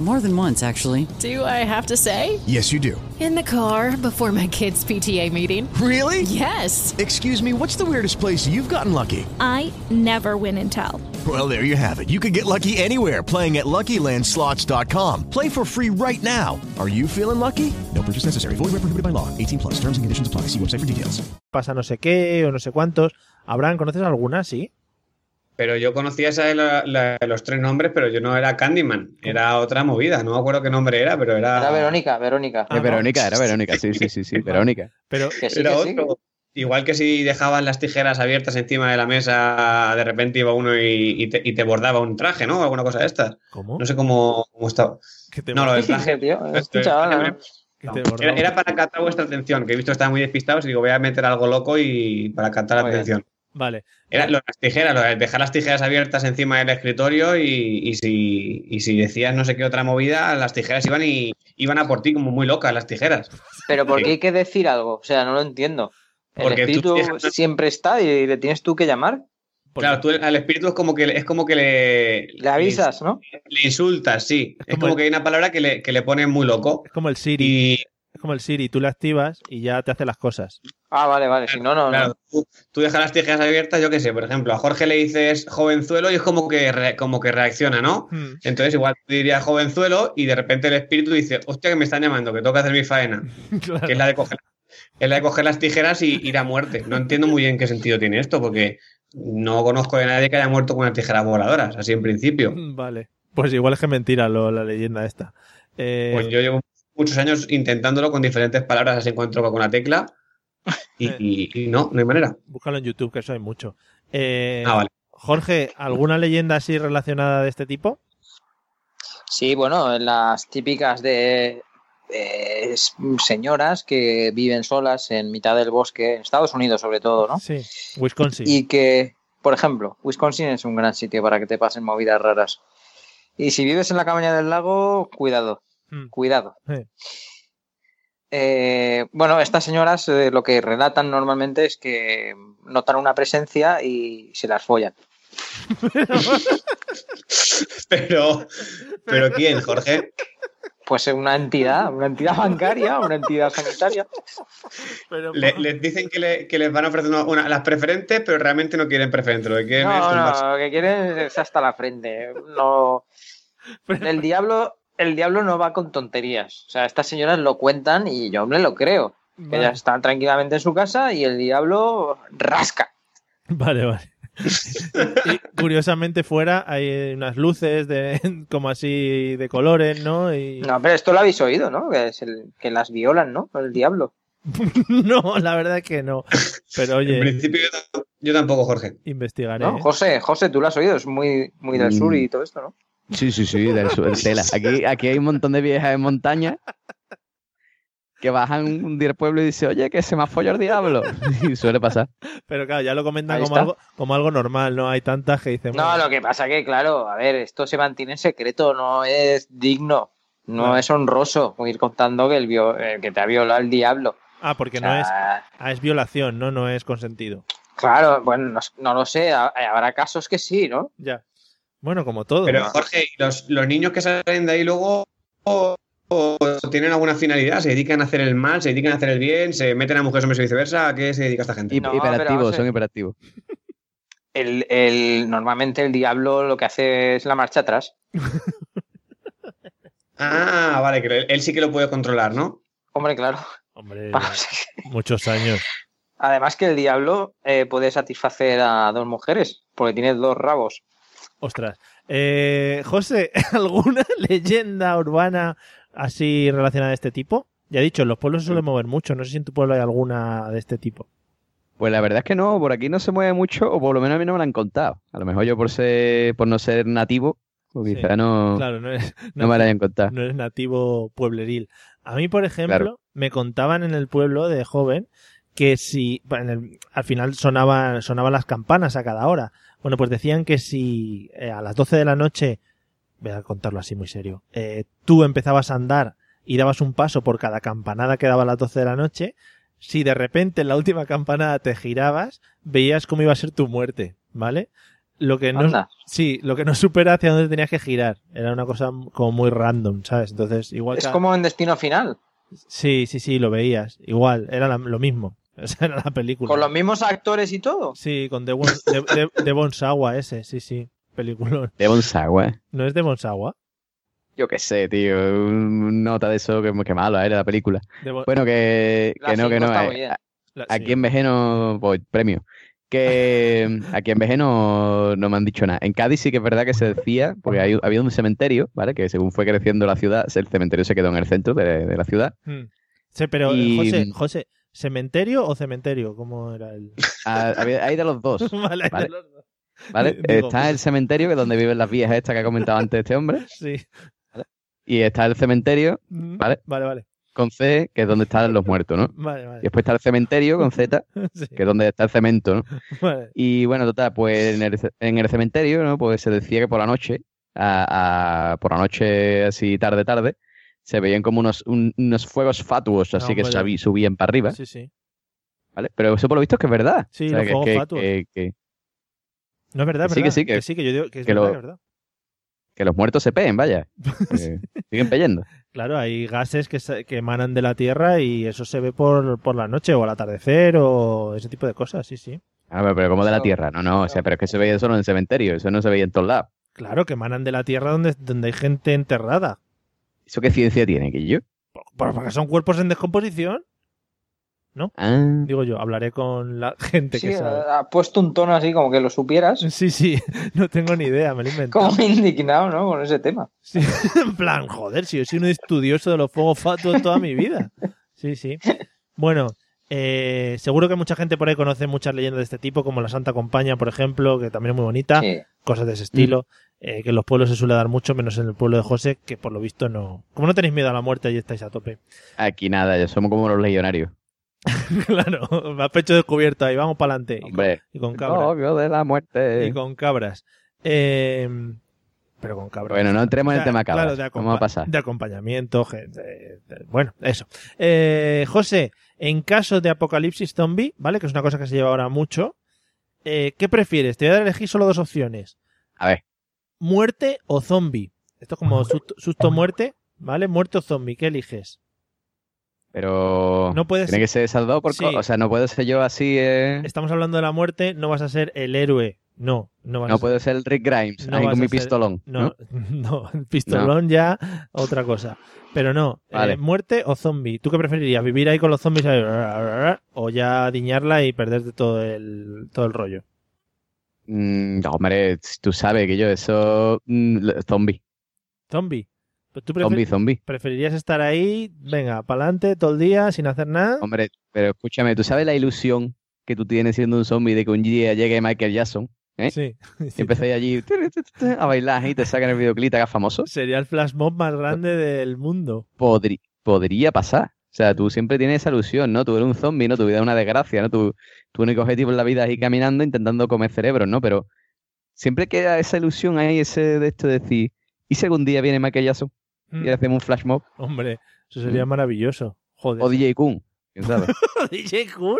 S10: More than once, actually.
S11: Do I have to say?
S12: Yes, you do.
S11: In the car before my kids' PTA meeting.
S12: Really?
S11: Yes.
S12: Excuse me, what's the weirdest place you've gotten lucky?
S13: I never win and tell.
S12: Well, there you have it. You can get lucky anywhere playing at LuckyLandSlots.com. Play for free right now. Are you feeling lucky? No purchase necessary. Void where prohibited by law. 18 plus. Terms and conditions apply. See website for details.
S2: Pasa no sé qué o no sé cuántos. Abraham, ¿conoces alguna? Sí.
S3: Pero yo conocía esa de la- la- los tres nombres, pero yo no era Candyman, era otra movida, no me acuerdo qué nombre era, pero era.
S4: Era Verónica, Verónica.
S6: Eh, Verónica, era Verónica, sí, sí, sí, sí, Verónica.
S2: Pero
S4: Que sí,
S3: era
S4: que sí. <laughs>
S3: otro. Igual que si dejabas las tijeras abiertas encima de la mesa, de repente iba uno y, y te, y te bordaba un traje, ¿no? Alguna cosa de estas.
S2: ¿Cómo?
S3: No sé cómo, cómo estaba. No, lo del traje,
S4: tío.
S3: Esto es-
S2: Que te
S3: Era-
S2: bordaba.
S3: Era, para captar vuestra atención, que he visto que estaban muy despistados y digo, voy a meter algo loco y para captar la
S2: Muy bien.
S3: atención.
S2: Vale.
S3: Era lo de las tijeras, lo de dejar las tijeras abiertas encima del escritorio y, y si, y si decías no sé qué otra movida, las tijeras iban y iban a por ti como muy locas las tijeras.
S4: Pero ¿por qué hay que decir algo? O sea, no lo entiendo. El
S3: Porque tú
S4: espíritu
S3: tienes-
S4: siempre está y le tienes tú que llamar.
S3: Claro, tú al espíritu es como que le- es como que le,
S4: Le avisas, ¿no?
S3: le insultas, sí. Es como,
S2: como el-
S3: que hay una palabra que le, que le pone muy loco.
S2: Es como el Siri.
S3: Y
S2: Es como el Siri, tú la activas y ya te hace las cosas.
S4: Ah, vale, vale. Si no, no, no.
S3: Claro, tú, tú dejas las tijeras abiertas, yo qué sé, por ejemplo, a Jorge le dices jovenzuelo y es como que, re- como que reacciona, ¿no?
S2: Hmm.
S3: Entonces igual tú dirías jovenzuelo y de repente el espíritu dice, hostia, que me están llamando, que tengo que hacer mi faena,
S2: <laughs> Claro.
S3: que es la de coger, es la de coger las tijeras y ir a muerte. No entiendo muy bien qué sentido tiene esto, porque no conozco de nadie que haya muerto con unas tijeras voladoras, así en principio.
S2: Vale. Pues igual es que mentira lo- la leyenda esta. Eh,
S3: Pues yo llevo muchos años intentándolo con diferentes palabras, así encuentro con la tecla y, y- y no, no hay manera.
S2: Búscalo en YouTube, que eso hay mucho. Eh,
S3: Ah, vale. <laughs>
S2: Jorge, ¿alguna leyenda así relacionada de este tipo?
S4: Sí, bueno, en las típicas de eh, s- señoras que viven solas en mitad del bosque, en Estados Unidos sobre todo, ¿no?
S2: Sí, Wisconsin.
S4: Y que, por ejemplo, Wisconsin es un gran sitio para que te pasen movidas raras. Y si vives en la cabaña del lago, cuidado,
S2: Hmm.
S4: cuidado.
S2: Sí.
S4: Eh, bueno, estas señoras eh, lo que relatan normalmente es que notan una presencia y se las follan.
S3: Pero, pero ¿quién, Jorge?
S4: Pues eh, una entidad, una entidad bancaria, una
S2: <laughs>
S4: entidad sanitaria.
S3: Le- les dicen que, le- que les van a ofrecer una, una- las preferentes, pero realmente no quieren preferentes, lo que quieren es
S4: No,
S3: tumbarse.
S4: no, lo que quieren es hasta la frente. No. El diablo, el diablo no va con tonterías. O sea, estas señoras lo cuentan y yo me lo creo.
S2: Vale.
S4: Ellas están tranquilamente en su casa y el diablo rasca.
S2: <laughs> Vale, vale. Y curiosamente fuera hay eh, unas luces de <laughs> como así de colores, ¿no? Y...
S4: No, pero esto lo habéis oído, ¿no? Que, es el, que las violan, ¿no? El diablo.
S2: <laughs> No, la verdad es que no. Pero
S3: En
S2: oye,
S3: principio yo, tam- yo tampoco, Jorge.
S2: investigaré. ¿eh?
S4: ¿No? José, José, tú lo has oído, es muy, muy del
S6: Mm.
S4: sur y todo esto, ¿no?
S6: Sí, sí, sí, del sur, tela. Aquí, aquí hay un montón de viejas en montaña que bajan un día al pueblo y dicen, oye, que se me ha follado el diablo. <laughs> Y suele pasar.
S2: Pero claro, ya lo comentan
S4: Ahí
S2: como
S4: está.
S2: algo, como algo normal, ¿no? Hay tantas que dicen.
S4: No,
S2: bueno,
S4: lo que pasa que, claro, a ver, esto se mantiene en secreto, no es digno, no
S2: Claro.
S4: es honroso ir contando que, el vio- eh, que te ha violado el diablo.
S2: Ah, porque
S4: O
S2: no es,
S4: sea,
S2: ah, es violación, ¿no? No es consentido.
S4: Claro, bueno, no, no lo sé, ha- eh, habrá casos que sí, ¿no?
S2: Ya. Bueno, como todo.
S3: Pero
S2: ¿no?
S3: Jorge, ¿y los, los niños que salen de ahí luego o- o tienen alguna finalidad, se dedican a hacer el mal, se dedican a hacer el bien, se meten a mujeres hombres y viceversa, ¿a qué se dedica esta gente?
S6: Hi-
S4: No, pero vamos
S6: hiperactivos,
S4: a-
S6: son hiperactivos.
S4: El, el- normalmente el diablo lo que hace es la marcha atrás.
S3: Ah, vale, que él, él sí que lo puede controlar, ¿no?
S4: Hombre, claro.
S2: Hombre,
S4: <laughs> Vamos.
S2: muchos años.
S4: Además que el diablo eh, puede satisfacer a dos mujeres, porque tiene dos rabos.
S2: Ostras. Eh, José, <laughs> ¿alguna leyenda urbana así relacionada de este tipo? Ya he dicho, en los pueblos se suele mover mucho. No sé si en tu pueblo hay alguna de este tipo.
S6: Pues la verdad es que no, por aquí no se mueve mucho, o por lo menos a mí no me la han contado. A lo mejor yo por ser, por no ser nativo, o
S2: Sí.
S6: quizá no,
S2: Claro, no es,
S6: no me la hayan contado.
S2: no eres nativo puebleril. A mí, por ejemplo,
S6: Claro.
S2: me contaban en el pueblo de joven que si bueno, en el- al final sonaban, sonaban las campanas a cada hora. Bueno, pues decían que si eh, a las 12 de la noche, voy a contarlo así muy serio, eh, tú empezabas a andar y dabas un paso por cada campanada que daba a las 12 de la noche, si de repente en la última campanada te girabas, veías cómo iba a ser tu muerte, ¿vale? Lo que no,
S4: Anda.
S2: Sí, lo que no supera hacia dónde tenías que girar. Era una cosa como muy random, ¿sabes? Entonces, igual
S4: Es
S2: que...
S4: como en Destino Final,
S2: Sí, sí, sí, lo veías. Igual, era la- lo mismo. <laughs> O sea, era la película.
S4: con los mismos actores y todo.
S2: Sí, con The Bon- de, de- de Bonsawa ese, sí, sí. Peliculón.
S6: De Bonsagua, ¿eh?
S2: ¿No es de Bonsawa?
S6: Yo qué sé, tío. un- Nota de eso que, que malo era la película.
S2: De Bon-
S6: Bueno, que,
S4: La
S6: que no, que
S4: cinco
S6: no.
S4: está
S6: eh,
S4: muy bien.
S2: la- sí.
S6: Aquí en Vejeno, voy, premio. Que <laughs> aquí en Vejeno no me han dicho nada. En Cádiz sí que es verdad que se decía, porque hay- había un cementerio, ¿vale? Que según fue creciendo la ciudad, el cementerio se quedó en el centro de, de la ciudad.
S2: Mm. Sí, pero, eh,
S6: Y-
S2: José, José, ¿cementerio o cementerio? ¿Cómo era el...?
S6: Ah, había- hay de los <laughs> dos,
S2: <laughs> Vale,
S6: Vale.
S2: los dos.
S6: ¿vale?
S2: Digo-
S6: Está el cementerio, que es donde viven las viejas estas que ha comentado antes este hombre,
S2: Sí.
S6: y está el cementerio
S2: Mm.
S6: Vale.
S2: Vale, vale.
S6: con C, que es donde están los muertos, ¿no?
S2: Vale,
S6: Y
S2: vale.
S6: después está el cementerio con Z,
S2: <laughs> Sí,
S6: que es donde está el cemento, ¿no?
S2: vale.
S6: Y bueno, total, pues en el, ce- en el cementerio, ¿no? Pues se decía que por la noche, a- a- por la noche así tarde, tarde, se veían como unos, un- unos fuegos fatuos, así que
S2: vaya.
S6: sabí- subían para arriba,
S2: Sí, sí.
S6: ¿vale? Pero eso por lo visto es que es verdad.
S2: Sí,
S6: O sea,
S2: los
S6: que,
S2: fuegos
S6: que-
S2: fatuos.
S6: que- que-
S2: No es verdad, es
S6: Sí, que
S2: verdad.
S6: sí, que-
S2: que yo digo que es
S6: que
S2: verdad,
S6: lo-
S2: es verdad.
S6: que que los muertos se
S2: <laughs>
S6: peen, vaya. Eh, siguen peyendo.
S2: Claro, hay gases que, se- que emanan de la Tierra y eso se ve por, por la noche o al atardecer o ese tipo de cosas, sí, sí.
S6: Ah, pero, pero como de la tierra. No, no, o sea, pero es que se veía solo en el cementerio, eso no se veía en todos lados.
S2: Claro, que emanan de la Tierra donde, donde hay gente enterrada.
S6: ¿Eso qué ciencia tiene, que yo?
S2: Por- Porque son cuerpos en descomposición. ¿No?
S6: Ah,
S2: Digo yo, hablaré con la <laughs> gente
S4: Sí, eh.
S2: que sabe.
S4: ha ha puesto un tono así como que lo supieras.
S2: Sí, sí, <laughs> no tengo ni idea, me lo he inventado.
S4: Como indignado, ¿no? Con ese tema.
S2: <laughs> En plan, joder, si yo soy un estudioso de los fuegos fatuos toda mi vida. Sí, sí. Bueno, eh, seguro que mucha gente por ahí conoce muchas leyendas de este tipo, como la Santa Compaña, por ejemplo, que también es muy bonita,
S4: Sí.
S2: cosas de ese estilo, eh, que en los pueblos se suele dar mucho, menos en el pueblo de José, que por lo visto no. Como no tenéis miedo a la muerte, ahí estáis a tope. <laughs>
S6: Aquí nada, ya somos como los legionarios.
S2: claro, a pecho descubierto ahí, vamos para adelante.
S6: Hombre,
S2: Y con cabras.
S6: novio de la muerte.
S2: Y con cabras. Eh, pero con cabras.
S6: Bueno, no entremos en el
S2: De-
S6: tema cabras.
S2: de
S6: Vamos a
S2: acompa-
S6: pasar.
S2: De acompañamiento, ge- de- de- bueno, eso. Eh, José, en caso de apocalipsis zombie, ¿vale? Que es una cosa que se lleva ahora mucho. eh, ¿Qué prefieres? Te voy a dar a elegir solo dos opciones.
S6: A ver.
S2: Muerte o zombie. Esto es como susto, susto muerte, ¿vale? Muerte o zombie, ¿qué eliges?
S6: Pero
S2: No puede
S6: tiene
S2: ser-
S6: que ser salvado por...
S2: Sí. Este,
S6: co- O sea, no puedo ser yo así... eh,
S2: Estamos hablando de la muerte, no vas a ser el héroe. No, no vas a
S6: No
S2: ser-
S6: puedo ser el Rick Grimes,
S2: no
S6: ahí
S2: vas
S6: con mi
S2: a ser-
S6: pistolón.
S2: No, <laughs> no, el pistolón ya, otra cosa. Pero no, eh,
S6: Vale.
S2: muerte o zombie. ¿Tú qué preferirías? ¿Vivir ahí con los zombies eh, ahí, o ya diñarla y perderte todo el, todo el rollo?
S6: Mm, no, hombre, tú sabes que yo eso... mm, lo- zombie,
S2: ¿Zombie? Pero ¿Tú prefer-
S6: zombie, zombie.
S2: preferirías estar ahí, venga, pa'lante, todo el día, sin hacer nada?
S6: Hombre, pero escúchame, ¿tú sabes la ilusión que tú tienes siendo un zombie de que un día llegue Michael Jackson? ¿eh?
S2: Sí. <laughs>
S6: Y empecé allí <laughs> a bailar y te sacan el videoclip, te hagas famoso.
S2: Sería el flash mob más grande del mundo.
S6: podri- podría pasar. O sea, tú siempre tienes esa ilusión, ¿no? Tú eres un zombie, ¿no? Tu vida es una desgracia, ¿no? Tu, tu único objetivo en la vida es ir caminando intentando comer cerebros, ¿no? Pero siempre queda esa ilusión ahí, ese de esto de decir, ¿y si algún día viene Michael Jackson y
S2: Mm.
S6: hacemos un flash mob?
S2: Hombre, eso sería
S6: Mm.
S2: maravilloso. Joder. <laughs>
S6: O DJ Kun, quién sabe.
S2: ¿DJ Kun?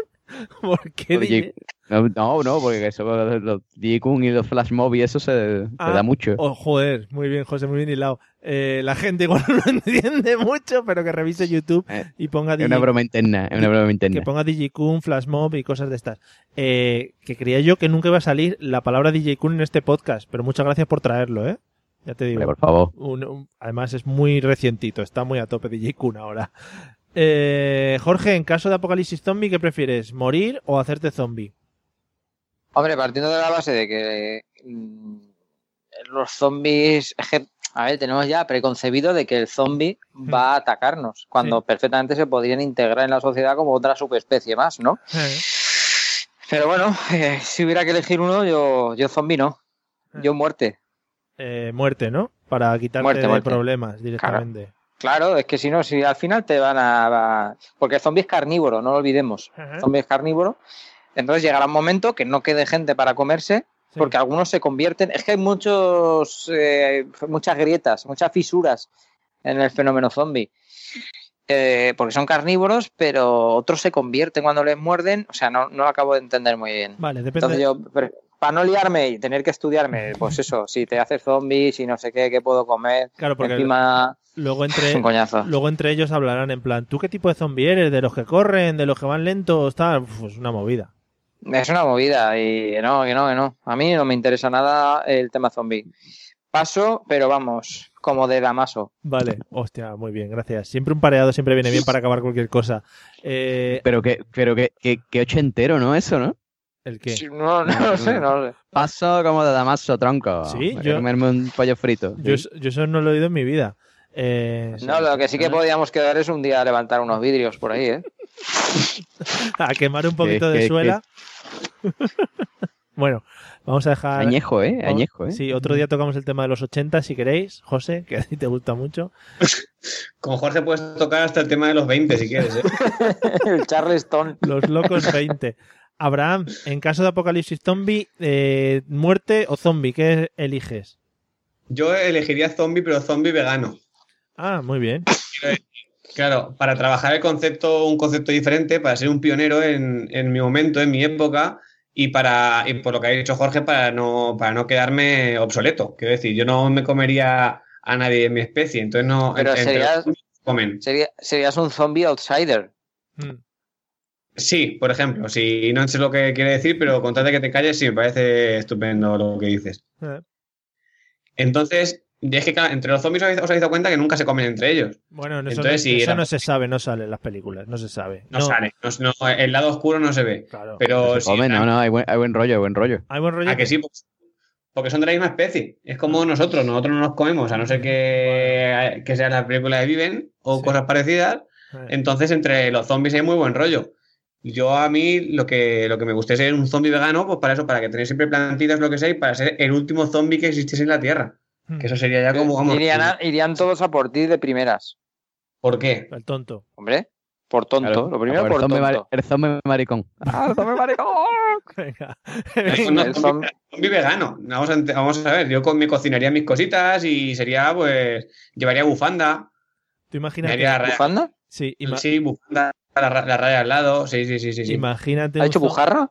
S2: ¿Por qué
S6: O DJ
S2: DJ?
S6: No, no, no, porque eso, los, los DJ Kun y los flash mob y eso se, se
S2: Ah,
S6: da mucho.
S2: Oh, joder, muy bien, José, muy bien hilado. Eh, la gente igual <laughs> no lo entiende mucho, pero que revise YouTube
S6: Eh,
S2: y ponga
S6: es una
S2: DJ
S6: broma interna, es una broma
S2: que
S6: interna.
S2: ponga DJ Kun, Flash Mob y cosas de estas. Eh, que creía yo que nunca iba a salir la palabra DJ Kun en este podcast, pero muchas gracias por traerlo, ¿eh? Ya te digo.
S6: Hombre, por favor.
S2: Un- un- además es muy recientito, está muy a tope DJ Kun ahora. Eh, Jorge, en caso de apocalipsis zombie, ¿qué prefieres? ¿Morir o hacerte zombie?
S4: Hombre, partiendo de la base de que mm, los zombies. es que, A ver, tenemos ya preconcebido de que el zombie va a atacarnos, cuando perfectamente se podrían integrar en la sociedad como otra subespecie más, ¿no? Pero bueno, eh, si hubiera que elegir uno, yo, yo zombie no. Yo muerte.
S2: Eh, muerte, ¿no? Para quitarte
S4: Muerte,
S2: de
S4: muerte.
S2: problemas directamente.
S4: Claro, es que si no, si al final te van a. a- Porque el zombie es carnívoro, no lo olvidemos.
S2: Ajá.
S4: El zombie es carnívoro. Entonces llegará un momento que no quede gente para comerse, porque algunos se convierten. Es que hay muchos, eh, muchas grietas, muchas fisuras en el fenómeno zombie. Eh, porque son carnívoros, pero otros se convierten cuando les muerden. O sea, no, no lo acabo de entender muy bien.
S2: Vale, depende.
S4: Entonces yo, pre- para no liarme y tener que estudiarme, pues eso, si te haces zombie, si no sé qué, qué puedo comer.
S2: Claro, porque eh,
S4: encima.
S2: Luego
S4: <laughs>
S2: entre,
S4: Un coñazo.
S2: luego entre ellos hablarán en plan, ¿tú qué tipo de zombie eres? ¿De los que corren? ¿De los que van lentos? Tal. Uf, es una movida.
S4: Es una movida y que no, que no, que no. A mí no me interesa nada el tema zombie. Paso, pero vamos, como de Damaso.
S2: Vale, hostia, muy bien, gracias. Siempre un pareado siempre viene bien para acabar cualquier cosa. Eh,
S6: Pero que, pero que, que, que ochentero, ¿no? Eso, ¿no?
S2: ¿El qué?
S4: No, no lo sé, no lo sé.
S6: Paso como de Damaso, tronco.
S2: Sí,
S6: Voy a
S2: yo-
S6: comerme un pollo frito.
S2: Yo, es- yo eso no lo he oído en mi vida. Eh,
S6: Pues,
S4: No, lo que sí que podíamos quedar es un día a levantar unos vidrios por ahí, ¿eh?
S2: <laughs> a quemar un poquito de
S6: Que- que-
S2: suela. <laughs> bueno, vamos a dejar...
S6: Añejo, ¿eh?
S2: vamos-
S6: Añejo, ¿eh?
S2: Sí, otro día tocamos el tema de los 80 si queréis, José, que a ti te gusta mucho.
S3: Con Jorge puedes tocar hasta el tema de los 20 si quieres, ¿eh?
S4: El Charleston.
S2: Los
S6: <laughs>
S2: locos 20. Abraham, en caso de apocalipsis zombie, eh, muerte o zombie, ¿qué eliges?
S3: Yo elegiría zombie, pero zombie vegano.
S2: Ah, muy bien.
S3: Claro, para trabajar el concepto, un concepto diferente, para ser un pionero en, en mi momento, en mi época, y para y por lo que ha dicho Jorge, para no, para no quedarme obsoleto. Quiero decir, yo no me comería a nadie de mi especie, entonces no...
S4: Pero
S3: entre-
S4: serías,
S3: comen.
S4: sería- serías un zombie outsider.
S2: Mm.
S3: Sí, por ejemplo, si no sé lo que quiere decir, pero con tal de que te calles, sí, me parece estupendo lo que dices.
S2: Eh,
S3: Entonces, y es que claro, entre los zombies os habéis- os habéis dado cuenta que nunca se comen entre ellos.
S2: Bueno, eso,
S3: Entonces,
S2: no,
S3: sí,
S2: eso
S3: era-
S2: no se sabe, no sale en las películas, no se sabe.
S3: No, sale, no, no, el lado oscuro no se ve. Pero
S6: Se
S3: sí,
S6: come,
S3: a-
S6: no, no, hay buen, hay buen rollo, hay buen rollo.
S2: Hay buen rollo.
S3: a que sí, Pues, porque son de la misma especie. Es como nosotros, nosotros no nos comemos, a no ser que, que sean las películas de Viven o cosas parecidas.
S2: eh,
S3: Entonces, entre los zombies hay muy buen rollo. Yo a mí lo que, lo que me gusta es ser un zombie vegano, pues para eso, para que tenéis siempre plantitas, lo que sea, y para ser el último zombie que existiese en la Tierra.
S2: mm.
S3: Que eso sería ya como, vamos,
S4: Irían, a- irían todos a por ti de primeras.
S2: <laughs>
S3: ¿por qué?
S2: El tonto.
S4: Hombre, por tonto.
S6: Claro.
S4: Lo primero
S6: el
S4: por
S6: zombie
S4: tonto.
S6: mari- el zombie maricón.
S4: Ah, zombie maricón.
S3: Es
S4: El
S3: un
S4: zom-
S3: zombie, zombie vegano. Vamos a, ent- vamos a ver, yo con, me cocinaría mis cositas y sería, pues, llevaría bufanda.
S2: ¿Tú imaginas
S3: me
S2: que-
S3: haría raya-
S2: Sí, ima-
S3: Sí, bufanda, la, ra- la raya al lado. Sí, sí, sí, sí. sí.
S2: Imagínate. un zo-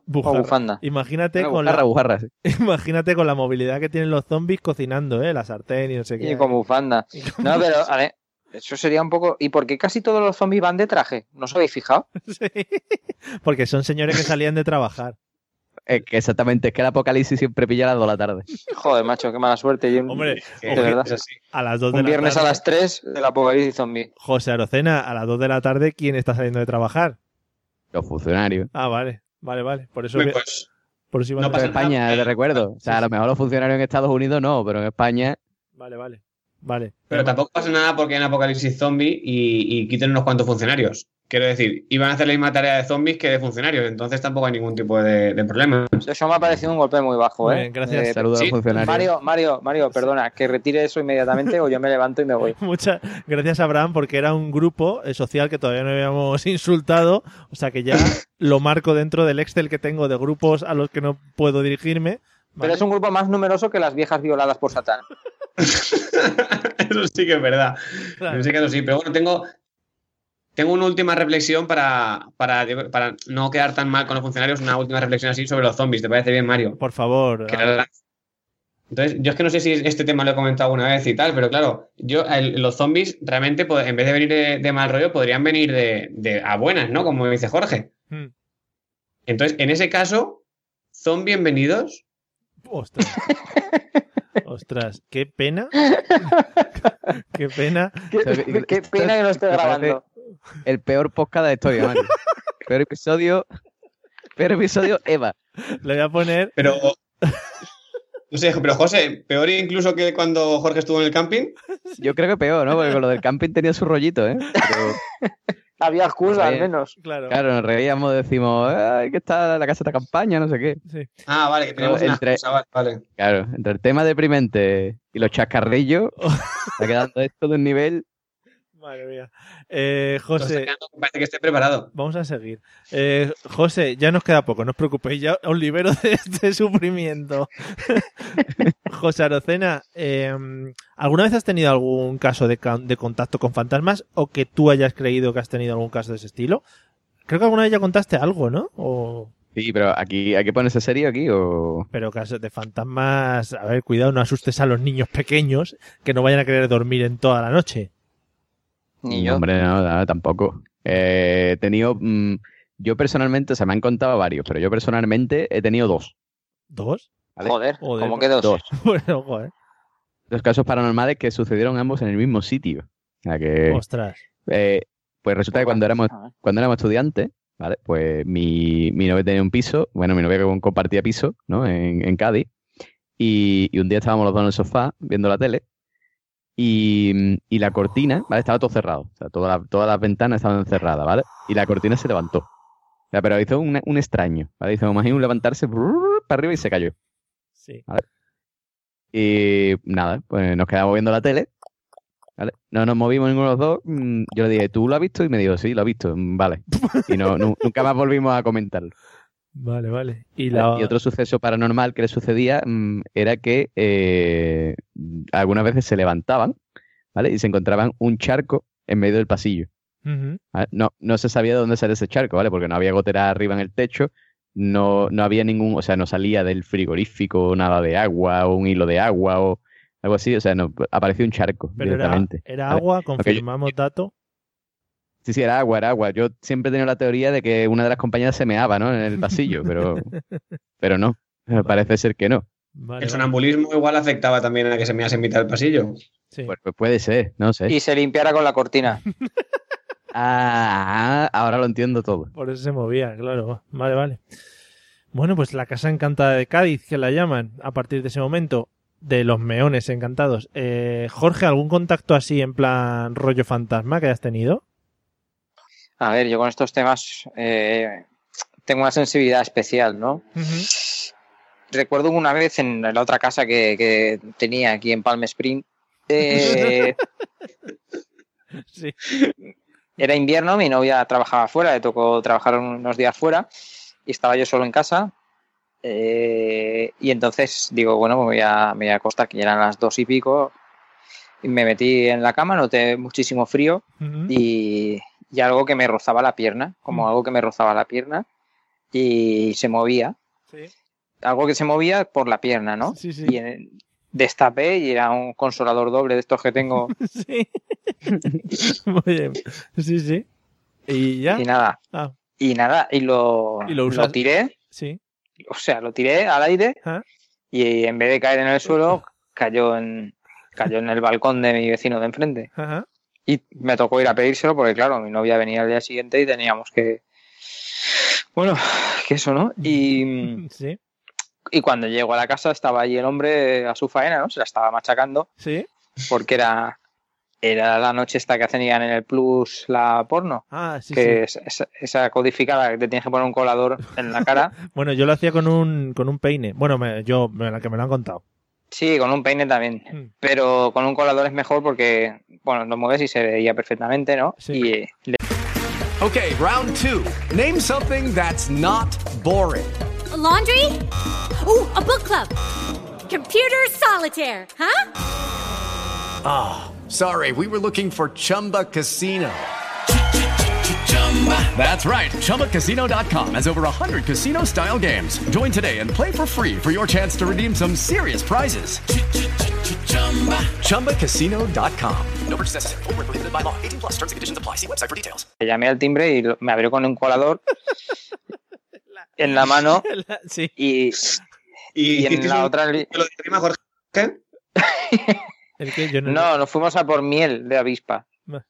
S4: bufanda?
S2: Imagínate
S6: Una
S2: con
S6: bujarra,
S2: la
S6: bujarra, sí.
S2: <laughs> Imagínate con la movilidad que tienen los zombies cocinando, ¿eh? La sartén y no sé qué.
S4: Y con bufanda. No, pero a ver, eso sería un poco. ¿Y por qué casi todos los zombies van de traje? ¿No os habéis fijado?
S2: <laughs> Porque son señores
S4: <laughs>
S2: que salían de trabajar.
S6: Es Eh, que exactamente, es que el apocalipsis siempre pilla a las 2 de la tarde.
S4: Joder, macho, qué mala suerte. Yo,
S2: Hombre,
S4: de
S2: ojo,
S4: verdad.
S2: A las 2 de
S4: Un
S2: la
S4: viernes a
S2: tarde.
S4: las 3 del apocalipsis zombie.
S2: José Arocena, a las 2 de la tarde, ¿quién está saliendo de trabajar?
S6: Los funcionarios.
S2: Ah, vale, vale, vale. Por eso.
S6: Hombre,
S2: que-
S3: pues,
S2: por eso iba a
S6: en
S2: decir-
S6: España, te recuerdo. O sea, a lo mejor los funcionarios en Estados Unidos no, pero en España.
S2: Vale, vale. Vale.
S3: Pero tampoco pasa nada porque hay un apocalipsis zombie y, y quiten unos cuantos funcionarios. Quiero decir, iban a hacer la misma tarea de zombies que de funcionarios, entonces tampoco hay ningún tipo de, de problema. <laughs>
S4: Eso me ha parecido un golpe muy bajo,
S3: Muy
S4: ¿eh?
S3: bien, gracias.
S4: Eh,
S3: Saluda al funcionario.
S4: Mario, Mario, Mario, perdona, que retire eso inmediatamente o yo me levanto y me voy.
S2: <laughs> Muchas gracias, Abraham, porque era un grupo eh, social que todavía no habíamos <laughs> insultado. O sea que ya lo marco dentro del Excel que tengo de grupos a los que no puedo dirigirme.
S4: Pero es un grupo más numeroso que las viejas violadas por Satán.
S3: Eso sí que es verdad. En ese caso sí, pero bueno, tengo, tengo una última reflexión para, para, para no quedar tan mal con los funcionarios, una última reflexión así sobre los zombies. ¿Te parece bien, Mario?
S2: Por favor. ah,
S3: Que era la- Entonces, yo es que no sé si este tema lo he comentado alguna vez y tal, pero claro, yo el- los zombies realmente, pod- en vez de venir de, de mal rollo, podrían venir de, de a buenas, ¿no? Como dice Jorge.
S2: Hmm.
S3: Entonces, en ese caso, son bienvenidos.
S2: Ostras. Ostras, qué pena. qué pena.
S4: Qué, qué pena que no esté
S6: Me parece
S4: grabando.
S6: El peor podcast de la
S4: <laughs>
S6: historia, Mario. Peor episodio. Peor episodio, Eva.
S2: Le voy a poner.
S3: Pero. No sé, pero José, peor incluso que cuando Jorge estuvo en el camping.
S6: Yo creo que peor, ¿no? Porque con lo del camping tenía su rollito,
S4: <laughs>
S6: ¿eh? Pero,
S4: Había excusa, al
S6: Oye,
S4: menos.
S2: Claro.
S6: claro, nos reíamos, decimos, ay, que está la casa de campaña, no sé qué.
S3: Ah, vale, que tenemos una
S6: Entre-
S3: excusa, vale, vale.
S6: Claro, entre el tema deprimente y los chascarrillos, está quedando esto de un nivel.
S2: Madre mía. Eh, José.
S3: Parece que esté preparado.
S2: Vamos a seguir. Eh, José, ya nos queda poco, no os preocupéis, ya os libero de este sufrimiento. <laughs> José Arocena, eh, ¿alguna vez has tenido algún caso de, ca- de contacto con fantasmas o que tú hayas creído que has tenido algún caso de ese estilo? Creo que alguna vez ya contaste algo, ¿no? O,
S6: Sí, pero aquí hay que ponerse serio aquí o.
S2: pero casos de fantasmas, a ver, cuidado, no asustes a los niños pequeños que no vayan a querer dormir en toda la noche.
S4: Ni
S6: yo. Hombre, no, no, tampoco. Eh, he tenido. mm, yo personalmente, o sea, me han contado varios, pero yo personalmente he tenido dos.
S2: ¿Dos? <laughs>
S4: Joder,
S2: Joder,
S4: ¿cómo que dos?
S6: Dos.
S2: Bueno, eh. joder.
S6: Dos casos paranormales que sucedieron ambos en el mismo sitio. O sea que.
S2: Ostras.
S6: Eh, pues resulta que cuando éramos,
S4: Ah.
S6: cuando éramos estudiantes, ¿vale? Pues mi, mi novia tenía un piso, bueno, mi novia que compartía piso, ¿no? En, en Cádiz. Y, y un día estábamos los dos en el sofá viendo la tele y, y la cortina, ¿vale? Estaba todo cerrado, o sea, toda la- todas las ventanas estaban cerradas, ¿vale? Y la cortina se levantó. O sea, pero hizo un, un extraño, ¿vale? Hizo, me imagino, un levantarse brrr, para arriba y se cayó.
S2: Sí.
S6: ¿vale? Y nada, pues nos quedamos viendo la tele. ¿vale? No nos movimos ninguno de los dos. Mm, Yo le dije, ¿tú lo has visto? Y me dijo, sí, lo he visto. Mm, Vale. Y no, nu- nunca más volvimos a comentarlo.
S2: Vale, vale. <laughs> Y la...
S6: Y otro suceso paranormal que le sucedía mm, era que eh, algunas veces se levantaban, ¿vale? Y se encontraban un charco en medio del pasillo.
S2: Ujú.
S6: Ah, ¿vale? No, no se sabía de dónde salía ese charco, ¿vale? Porque no había gotera arriba en el techo, no, no había ningún, o sea, no salía del frigorífico nada de agua o un hilo de agua o algo así, o sea, no, apareció un charco
S2: Pero era,
S6: directamente.
S2: era
S6: ¿vale?
S2: agua,
S6: Porque yo-
S2: confirmamos dato.
S6: Sí, sí, era agua, era agua. Yo siempre he tenido la teoría de que una de las compañeras se meaba, ¿no? En
S2: <laughs>
S6: el pasillo, pero, pero no. Parece ser que no.
S2: Vale,
S3: el sonambulismo igual afectaba también a que se me en mitad del pasillo.
S6: Pues, pues puede ser, no sé.
S4: Y se limpiara con la cortina.
S6: Ah, ahora lo entiendo todo.
S2: Por eso se movía, claro. Vale, vale. Bueno, pues la Casa Encantada de Cádiz, que la llaman a partir de ese momento, de los meones encantados. Eh, Jorge, ¿algún contacto así en plan rollo fantasma que hayas tenido?
S4: A ver, yo con estos temas eh, tengo una sensibilidad especial, ¿no? Recuerdo una vez en la otra casa que, que tenía aquí en Palm Spring. eh,
S2: <laughs> Sí.
S4: era invierno, mi novia trabajaba fuera, le tocó trabajar unos días fuera y estaba yo solo en casa. eh, y entonces digo, bueno, pues me voy, a, me voy a acostar, que ya eran las dos y pico. y me metí en la cama, noté muchísimo frío y, y algo que me rozaba la pierna, como algo que me rozaba la pierna y se movía. Algo que se movía por la pierna, ¿no? Y en- destapé y era un consolador doble de estos que tengo
S2: <laughs> Sí. Muy bien. Sí, sí. Y ya.
S4: y nada.
S2: <laughs> Ah,
S4: Y nada, y lo,
S2: Y lo usas-
S4: tiré,
S2: sí.
S4: o sea, lo tiré al aire
S2: Ah.
S4: y en vez de caer en el suelo, cayó en, cayó en el balcón de mi vecino de enfrente.
S2: Ajá.
S4: Y me tocó ir a pedírselo porque, claro, mi novia venía al día siguiente y teníamos que. Bueno, que eso, ¿no? Y,
S2: Sí.
S4: y cuando llego a la casa estaba allí el hombre eh, a su faena, ¿no? Se la estaba machacando
S2: Sí.
S4: porque era, era la noche esta que hacían en el Plus la porno.
S2: Ah, sí,
S4: que
S2: sí.
S4: es- esa, esa codificada que te tienes que poner un colador en la
S2: <laughs>
S4: cara.
S2: Bueno, yo lo hacía con un, con un peine. Bueno, me- yo, me, la que me lo han contado.
S4: Sí, con un peine
S2: Mm.
S4: también. Pero con un colador es mejor porque, bueno, lo mueves y se veía perfectamente, ¿no? Y eh, le-
S14: Okay, round two. Name something that's not boring.
S15: A laundry? Ooh, a book club. Computer solitaire, huh?
S14: Ah, sorry, we were looking for Chumba Casino. That's right, ChumbaCasino.com has over 100 casino style games. Join today and play for free for your chance to redeem some serious prizes. ChumbaCasino.com. No purchase necessary, forward prohibited by law, 18 plus terms and conditions apply. See website for details.
S4: le llamé al timbre y lo- me abrió con un
S2: <laughs>
S4: colador en <laughs> la mano y, y en
S3: hiciste
S4: la
S3: un-
S4: otra... li-
S2: ¿El qué? Yo no-
S4: No, nos fuimos a por miel de avispa.
S2: Va.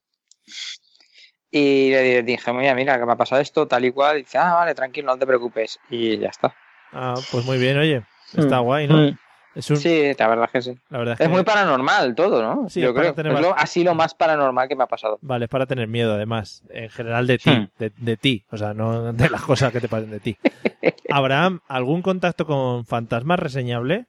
S4: Y le di- dije, mira, mira, que me ha pasado esto, tal y cual. Y dice, ah, vale, tranquilo, no te preocupes. Y ya está.
S2: Ah, pues muy bien, oye. Está guay, ¿no?
S4: Mm.
S2: Es un-
S4: Sí, la verdad es que sí.
S2: La verdad es
S4: Es
S2: que-
S4: muy paranormal todo, ¿no?
S2: Sí, es
S4: Yo
S2: para
S4: creo.
S2: tener
S4: Es lo-
S2: bastante-
S4: así lo más paranormal que me ha pasado.
S2: Vale, es para tener miedo, además, en general de
S4: Mm.
S2: ti, de, de ti, o sea, no de las cosas que te pasen
S4: <laughs>
S2: de ti. Abraham, ¿algún contacto con fantasmas reseñable?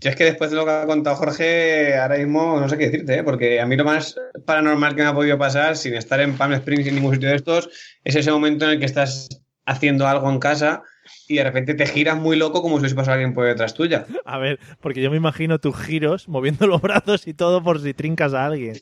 S3: Yo es que después de lo que ha contado Jorge, ahora mismo no sé qué decirte, ¿eh? porque a mí lo más paranormal que me ha podido pasar, sin estar en Palm Springs ni en ningún sitio de estos, es ese momento en el que estás haciendo algo en casa y de repente te giras muy loco como si hubiese pasado alguien por detrás tuya.
S2: A ver, porque yo me imagino tus giros, moviendo <laughs> los brazos y todo por si trincas a alguien.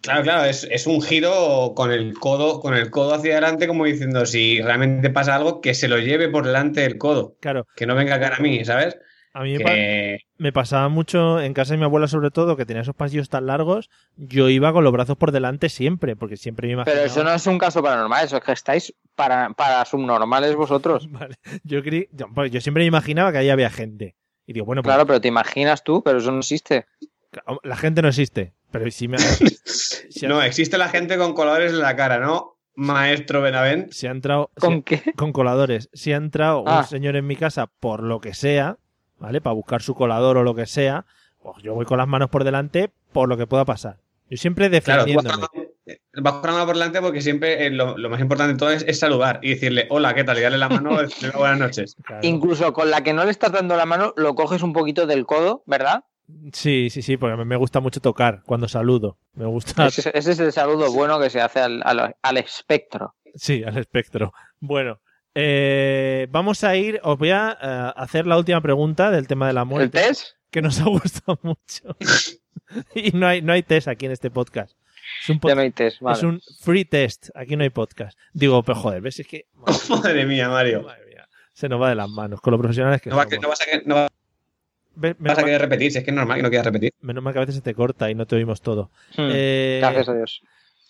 S3: Claro, claro, es, es un giro con el codo, con el codo hacia adelante, como diciendo, si realmente pasa algo, que se lo lleve por delante del codo.
S2: Claro.
S3: Que no venga cara a mí, ¿sabes?
S2: A mí me,
S3: Que-
S2: pa- me pasaba mucho en casa de mi abuela, sobre todo, que tenía esos pasillos tan largos, yo iba con los brazos por delante siempre, porque siempre me imaginaba...
S4: Pero
S2: <laughs>
S4: eso no es un caso paranormal, eso es que estáis para, para subnormales vosotros.
S2: yo, creí- yo, pues, yo siempre me imaginaba que ahí había gente. Y digo, bueno, pues oh,
S4: Claro, pero te imaginas tú, pero eso no existe.
S2: la gente no existe. Pero si
S4: <laughs>
S2: me...
S3: No, existe la gente con colores en la cara, ¿no? Maestro Benavent.
S2: Se ha entrado.
S3: ¿Con
S4: qué?
S2: Con coladores. Si ha entrado
S3: Ah.
S2: un señor en mi casa por lo que sea, ¿vale? Para buscar su colador o lo que sea, pues yo voy con las manos por delante por lo que pueda pasar. Yo siempre
S3: Claro, tú vas con
S2: defendiéndome.
S3: la mano- vas con la mano por delante porque siempre eh, lo, lo más importante de todo es, es saludar y decirle hola, ¿qué tal? Y darle la
S2: <laughs>
S3: mano y decirle buenas noches.
S4: Incluso con la que no le estás dando la mano, lo coges un poquito del codo, ¿verdad?
S2: Sí, sí, sí, porque a mí me gusta mucho tocar cuando saludo. Me gusta.
S3: Ah,
S4: Ese, ese es el saludo bueno que se hace al, al- al espectro.
S2: <laughs> Sí, al espectro. Bueno, eh, vamos a ir. Os voy a eh, hacer la última pregunta del tema de la muerte.
S4: test?
S2: Que nos <laughs> ha gustado
S3: <laughs>
S2: mucho. y no hay, no hay test aquí en este podcast. Es un, pod-
S4: Ya no hay test, vale.
S2: Pues es un
S3: <laughs>
S2: free test. Aquí no hay podcast. Digo, pero joder, ¿ves? Es que.
S3: Madre mía, Mario.
S2: se nos va de las manos con los profesionales que
S3: No, va, a
S2: somos.
S3: que- no vas a que- no va-
S2: Ve-
S3: vas
S2: menos,
S3: a
S2: mal,
S3: querer repetir, si es que es normal que Hmm. no quieras repetir.
S2: menos mal que a veces se te corta y no te oímos todo. Eh,
S4: Hmm. Gracias a Dios.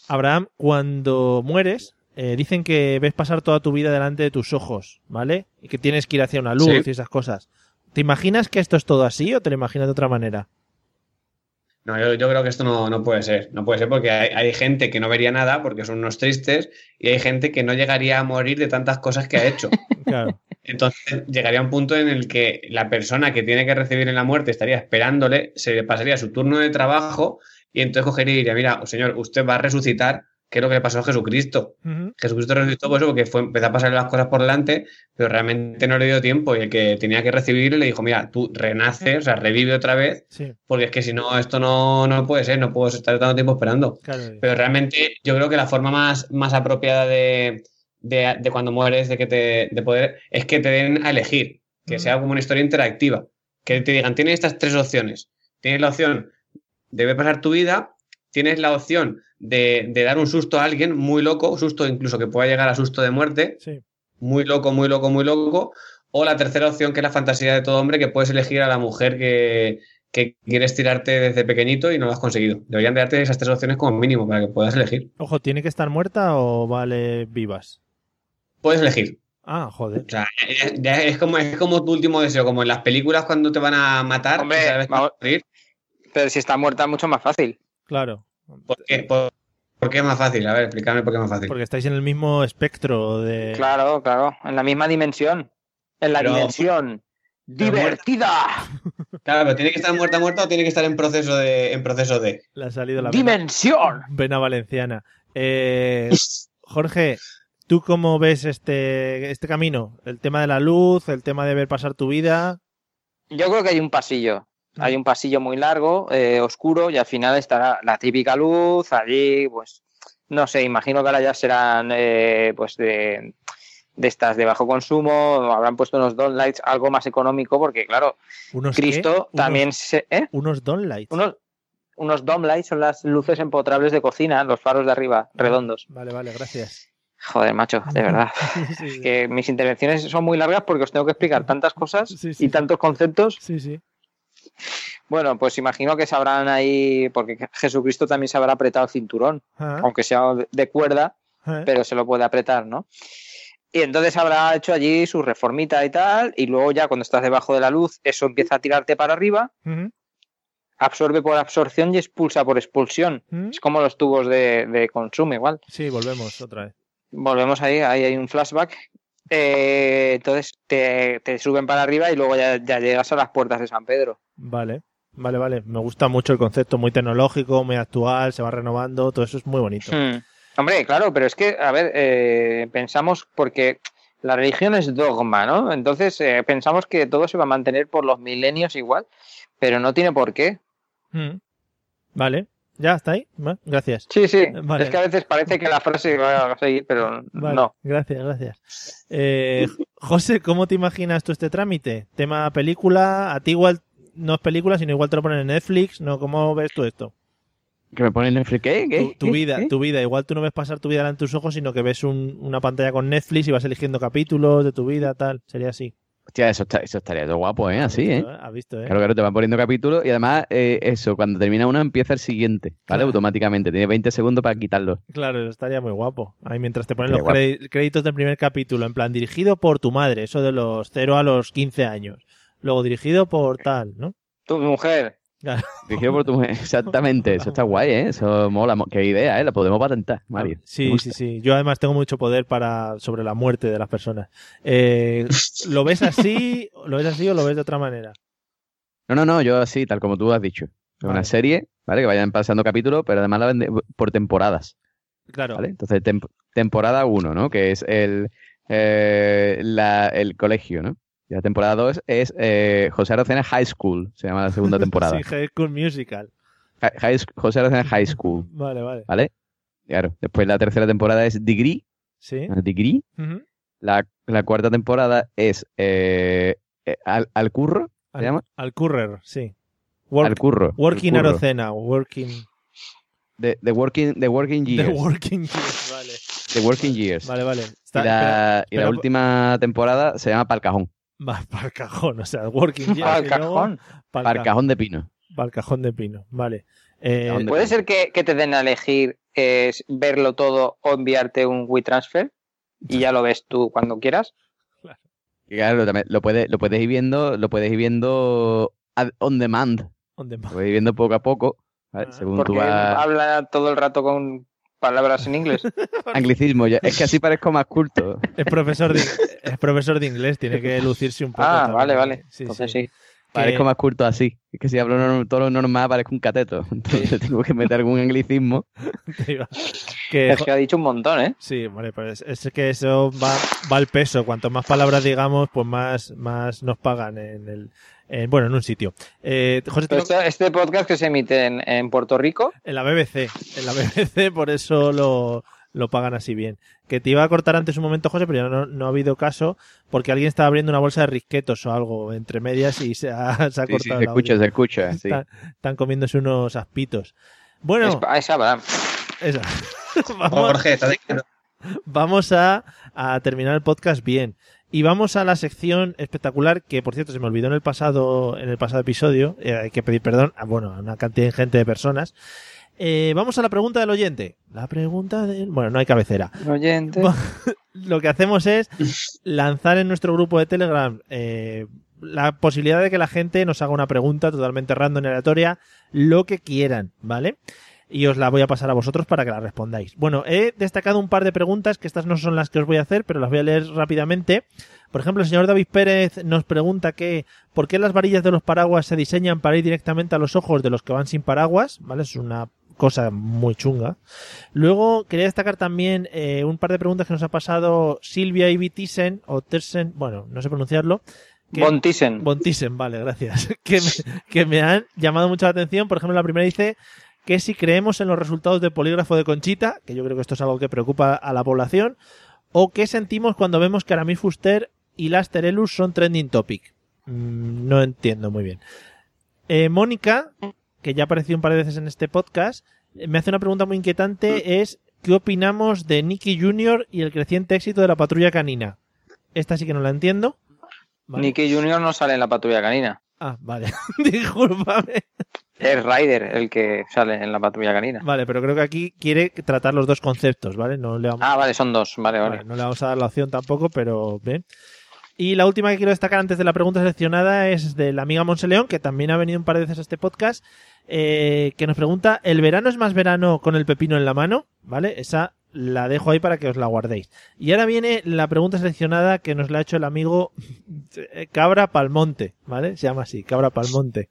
S2: Abraham, cuando mueres, eh, dicen que ves pasar toda tu vida delante de tus ojos, ¿vale? Y que tienes que ir hacia una luz
S3: Sí.
S2: y esas cosas. ¿Te imaginas que esto es todo así o te lo imaginas de otra manera?
S3: No, yo, yo creo que esto no, no puede ser. No puede ser porque hay, hay gente que no vería nada porque son unos tristes y hay gente que no llegaría a morir de tantas cosas que
S2: <laughs>
S3: ha hecho.
S2: Claro.
S3: Entonces llegaría un punto en el que la persona que tiene que recibir en la muerte estaría esperándole, se le pasaría su turno de trabajo y entonces cogería y diría, mira, señor, usted va a resucitar, que es lo que le pasó a Jesucristo. Jesucristo resucitó por eso, porque fue, empezó a pasarle las cosas por delante, pero realmente no le dio tiempo y el que tenía que recibir le dijo, mira, tú renaces, o sea, revive otra vez,
S2: Sí.
S3: porque es que si no, esto no, no puede ser, no puedo estar tanto tiempo esperando.
S2: Claro.
S3: Pero realmente yo creo que la forma más, más apropiada de, de- de cuando mueres, de que te de poder, es que te den a elegir, que sea como una historia interactiva, que te digan, tienes estas tres opciones. Tienes la opción de ver pasar tu vida, tienes la opción de, de dar un susto a alguien muy loco, susto incluso que pueda llegar a susto de muerte, muy loco, muy loco, muy loco, o la tercera opción que es la fantasía de todo hombre, que puedes elegir a la mujer que, que quieres tirarte desde pequeñito y no lo has conseguido. Deberían de darte esas tres opciones como mínimo para que puedas elegir.
S2: Ojo, ¿tiene que estar muerta o vale vivas?
S3: Puedes elegir.
S2: Ah, joder.
S3: O sea, ya- ya es, como, es como tu último deseo, como en las películas cuando te van a matar, y sabes que vas a morir.
S4: Pero si está muerta, mucho más fácil.
S2: Claro.
S3: ¿Por qué, por, por qué es más fácil? A ver, explícame por qué es más fácil.
S2: Porque estáis en el mismo espectro de.
S4: Claro, claro. En la misma dimensión. En la
S3: Pero-
S4: dimensión. ¡Divertida!
S3: Claro, pero tiene que estar muerta, muerta o tiene que estar en proceso de. En proceso de?
S2: Le ha salido la vena,
S4: ¡Dimensión!
S2: vena valenciana.
S4: <laughs>
S2: Eh, Jorge, ¿tú cómo ves este, este camino? El tema de la luz, el tema de ver pasar tu vida.
S4: Yo creo que hay un pasillo.
S2: Mm.
S4: Hay un pasillo muy largo, eh, oscuro, y al final estará la típica luz. Allí, pues, no sé, imagino que ahora ya serán, eh, pues, de, de estas de bajo consumo. Habrán puesto unos Don Lights, algo más económico, porque, claro,
S2: ¿Unos qué?
S4: Cristo
S2: Pues Unos-
S4: también se. ¿eh?
S2: Unos Don Lights.
S4: Unos, unos Dome Lights son las luces empotrables de cocina, los faros de arriba, redondos.
S2: Vale, vale,
S4: <laughs>
S2: gracias.
S4: Joder, macho, de verdad. Es que mis intervenciones son muy largas porque os tengo que explicar tantas cosas y tantos conceptos.
S2: Sí, sí.
S4: Bueno, pues imagino que sabrán ahí, porque Jesucristo también se habrá apretado el cinturón,
S2: Ah.
S4: aunque sea de- de cuerda,
S2: Ah.
S4: pero se lo puede apretar, ¿no? Y entonces habrá hecho allí su reformita y tal, y luego ya cuando estás debajo de la luz, eso empieza a tirarte para arriba,
S2: Ujú.
S4: absorbe por absorción y expulsa por expulsión.
S2: ¿Mm?
S4: Es como los tubos de, de consumo igual.
S2: Sí, volvemos otra vez.
S4: Volvemos ahí, ahí hay un flashback. Eh, entonces te, te suben para arriba y luego ya, ya llegas a las puertas de San Pedro.
S2: Vale, vale, vale. Me gusta mucho el concepto, muy tecnológico, muy actual, se va renovando, todo eso es muy bonito.
S4: Hmm. Hombre, claro, pero es que, a ver, eh, pensamos porque la religión es dogma, ¿no? Entonces eh, pensamos que todo se va a mantener por los milenios igual, pero no tiene por qué. Hmm.
S2: Mm. Vale, ya está ahí. Va, Gracias.
S4: Sí, sí.
S2: Vale.
S4: Es que a veces parece que la frase va a seguir, pero
S2: Vale,
S4: no.
S2: Gracias, gracias. Eh, José, ¿cómo te imaginas tú este trámite? Tema película, a ti igual no es película, sino igual te lo ponen en Netflix, ¿no? ¿Cómo ves tú esto?
S6: Que me ponen Netflix. ¿Qué? ¿Qué?
S2: Tu, tu
S6: ¿Qué?
S2: vida,
S6: ¿Qué?
S2: tu vida. Igual tú no ves pasar tu vida delante de tus ojos, sino que ves un- una pantalla con Netflix y vas eligiendo capítulos de tu vida, tal. Sería así.
S6: Hostia, eso, está- eso estaría todo guapo, ¿eh? Así, ¿eh?
S2: ¿Has visto, eh?
S6: Claro, claro, te van poniendo capítulos y además eh, eso, cuando termina uno empieza el siguiente, ¿vale?
S2: Ah.
S6: Automáticamente, tienes 20 segundos para quitarlo.
S2: Claro, eso estaría muy guapo. Ahí mientras te ponen
S6: Estaría
S2: los cre- créditos del primer capítulo, en plan dirigido por tu madre, eso de los 0 a los 15 años. Luego dirigido por tal, ¿no?
S4: Tu mujer.
S2: Claro.
S6: Dirigido por tu mujer, <laughs> exactamente, eso está guay, ¿eh? Eso mola, mo- qué idea, ¿eh? La podemos patentar, Mario. Me
S2: Ah, Sí, sí,
S6: gusta.
S2: sí. Yo además tengo mucho poder para sobre la muerte de las personas. Eh, ¿Lo ves así, lo ves así o lo ves de otra manera?
S6: No, no, no, yo así, tal como tú has dicho. Es Una serie, ¿vale? Que vayan pasando capítulos, pero además la vende por temporadas.
S2: Claro.
S6: ¿vale? Entonces, tem- temporada 1, ¿no? Que es el, eh, la- el colegio, ¿no? Y la temporada 2 es eh, José Arocena High School, se llama
S2: <laughs>
S6: la segunda temporada.
S2: Sí, High School Musical.
S6: Hi- High Sc- José Arocena High School,
S2: Vale, vale.
S6: ¿vale? Claro. Después la tercera temporada es Degree.
S2: Sí.
S6: ¿no? Degree.
S2: Ujú.
S6: La, la cuarta temporada es eh, eh, al, Al Curro, ¿se
S2: Al-
S6: llama?
S2: Al Currer, sí. Work-
S6: Al Curro. al
S2: Working
S6: Curro.
S2: Arocena, Working.
S6: The, the working, the working
S2: The
S6: Years.
S2: Working Years, vale.
S6: The Working Years.
S2: Vale, vale.
S6: Y la,
S2: Está- pero-
S6: y la
S2: pero-
S6: última temporada se llama Palcajón.
S2: Va, <laughs> para el cajón, o sea, Working Years.
S4: Pa'l
S2: y luego-
S4: cajón.
S2: pa'l ca-
S6: Palcajón de Pino.
S2: pa'l cajón de pino, vale. Eh,
S4: ¿Puede ser que, que te den a elegir eh, verlo todo o enviarte un WeTransfer? Y ya lo ves tú cuando quieras.
S6: Y claro, también lo puedes, lo puedes ir viendo, lo puedes ir viendo ad- on demand.
S2: On demand.
S6: Lo puedes ir viendo poco a poco. ¿vale?
S2: Ah.
S6: Según tú
S4: Porque
S6: vas.
S4: habla todo el rato con palabras en inglés.
S6: Anglicismo, ya- es que así parezco
S2: <laughs>
S6: más culto.
S2: Es profesor, de, es profesor de inglés, tiene que lucirse un poco.
S6: Ah,
S2: también.
S6: vale, vale.
S2: Sí,
S6: Entonces
S2: sí.
S6: Parezco más culto así. Es que si hablo norm- todo lo normal, parezco un cateto. <laughs> Entonces tengo que meter algún anglicismo.
S2: Te iba- que-
S4: es que ha dicho un montón, ¿eh?
S2: Sí, vale, pues es que eso va, va al peso. Cuanto más palabras digamos, pues más, más nos pagan en el. en- bueno, en un sitio. Eh, José, te-
S6: Pues
S4: Pero este, este podcast que se emite en, en Puerto Rico,
S2: en la BBC. En la BBC, por eso lo, lo pagan así bien. Que te iba a cortar antes un momento, José, pero ya no, no ha habido caso porque alguien estaba abriendo una bolsa de risquetos o algo entre medias y se ha, se ha
S6: Sí, sí,
S2: cortado.
S6: se
S2: el audio.
S6: escucha, se escucha. Sí.
S2: Están, están comiéndose unos aspitos. Bueno,
S4: a esa va.
S2: esa. <laughs> vamos, vamos a, a terminar el podcast bien. Y vamos a la sección espectacular que, por cierto, se me olvidó en el pasado, en el pasado episodio. Eh, hay que pedir perdón a, bueno, a una cantidad ingente de personas. Eh, vamos a la pregunta del oyente. La pregunta del... Bueno, no hay cabecera.
S4: Oyente.
S2: Lo que hacemos es lanzar en nuestro grupo de Telegram eh, la posibilidad de que la gente nos haga una pregunta totalmente random y aleatoria, lo que quieran, ¿vale? Y os la voy a pasar a vosotros para que la respondáis. Bueno, he destacado un par de preguntas, que estas no son las que os voy a hacer, pero las voy a leer rápidamente. Por ejemplo, el señor David Pérez nos pregunta que ¿por qué las varillas de los paraguas se diseñan para ir directamente a los ojos de los que van sin paraguas? ¿Vale? Es una cosa muy chunga. Luego quería destacar también eh, un par de preguntas que nos ha pasado Silvia Ibi Thyssen, o Tersen, bueno, no sé pronunciarlo.
S4: Von Thyssen.
S2: Von Thyssen, vale, gracias. <laughs> Que me, que me han llamado mucho la atención. Por ejemplo, la primera dice que si creemos en los resultados del polígrafo de Conchita, que yo creo que esto es algo que preocupa a la población, o qué sentimos cuando vemos que Aramis Fuster y Lasterelus son trending topic. Mm, No entiendo muy bien. Eh, Mónica, que ya apareció un par de veces en este podcast, eh, me hace una pregunta muy inquietante, es ¿qué opinamos de Nicky Jr. y el creciente éxito de la patrulla canina? Esta sí que no la entiendo. Vale.
S4: Nicky Junior no sale en la patrulla canina.
S2: Ah, vale. <laughs> Discúlpame.
S4: Es Ryder el que sale en la patrulla canina.
S2: Vale, pero creo que aquí quiere tratar los dos conceptos, ¿vale? No le vamos,
S4: Ah, vale, son dos. Vale, vale.
S2: vale, no le vamos a dar la opción tampoco, pero bien. Y la última que quiero destacar antes de la pregunta seleccionada es de la amiga Monseleón, que también ha venido un par de veces a este podcast, eh, que nos pregunta, ¿el verano es más verano con el pepino en la mano? ¿Vale? Esa la dejo ahí para que os la guardéis. Y ahora viene la pregunta seleccionada que nos la ha hecho el amigo <laughs> eh, Cabra Palmonte, ¿vale? Se llama así, Cabra Palmonte.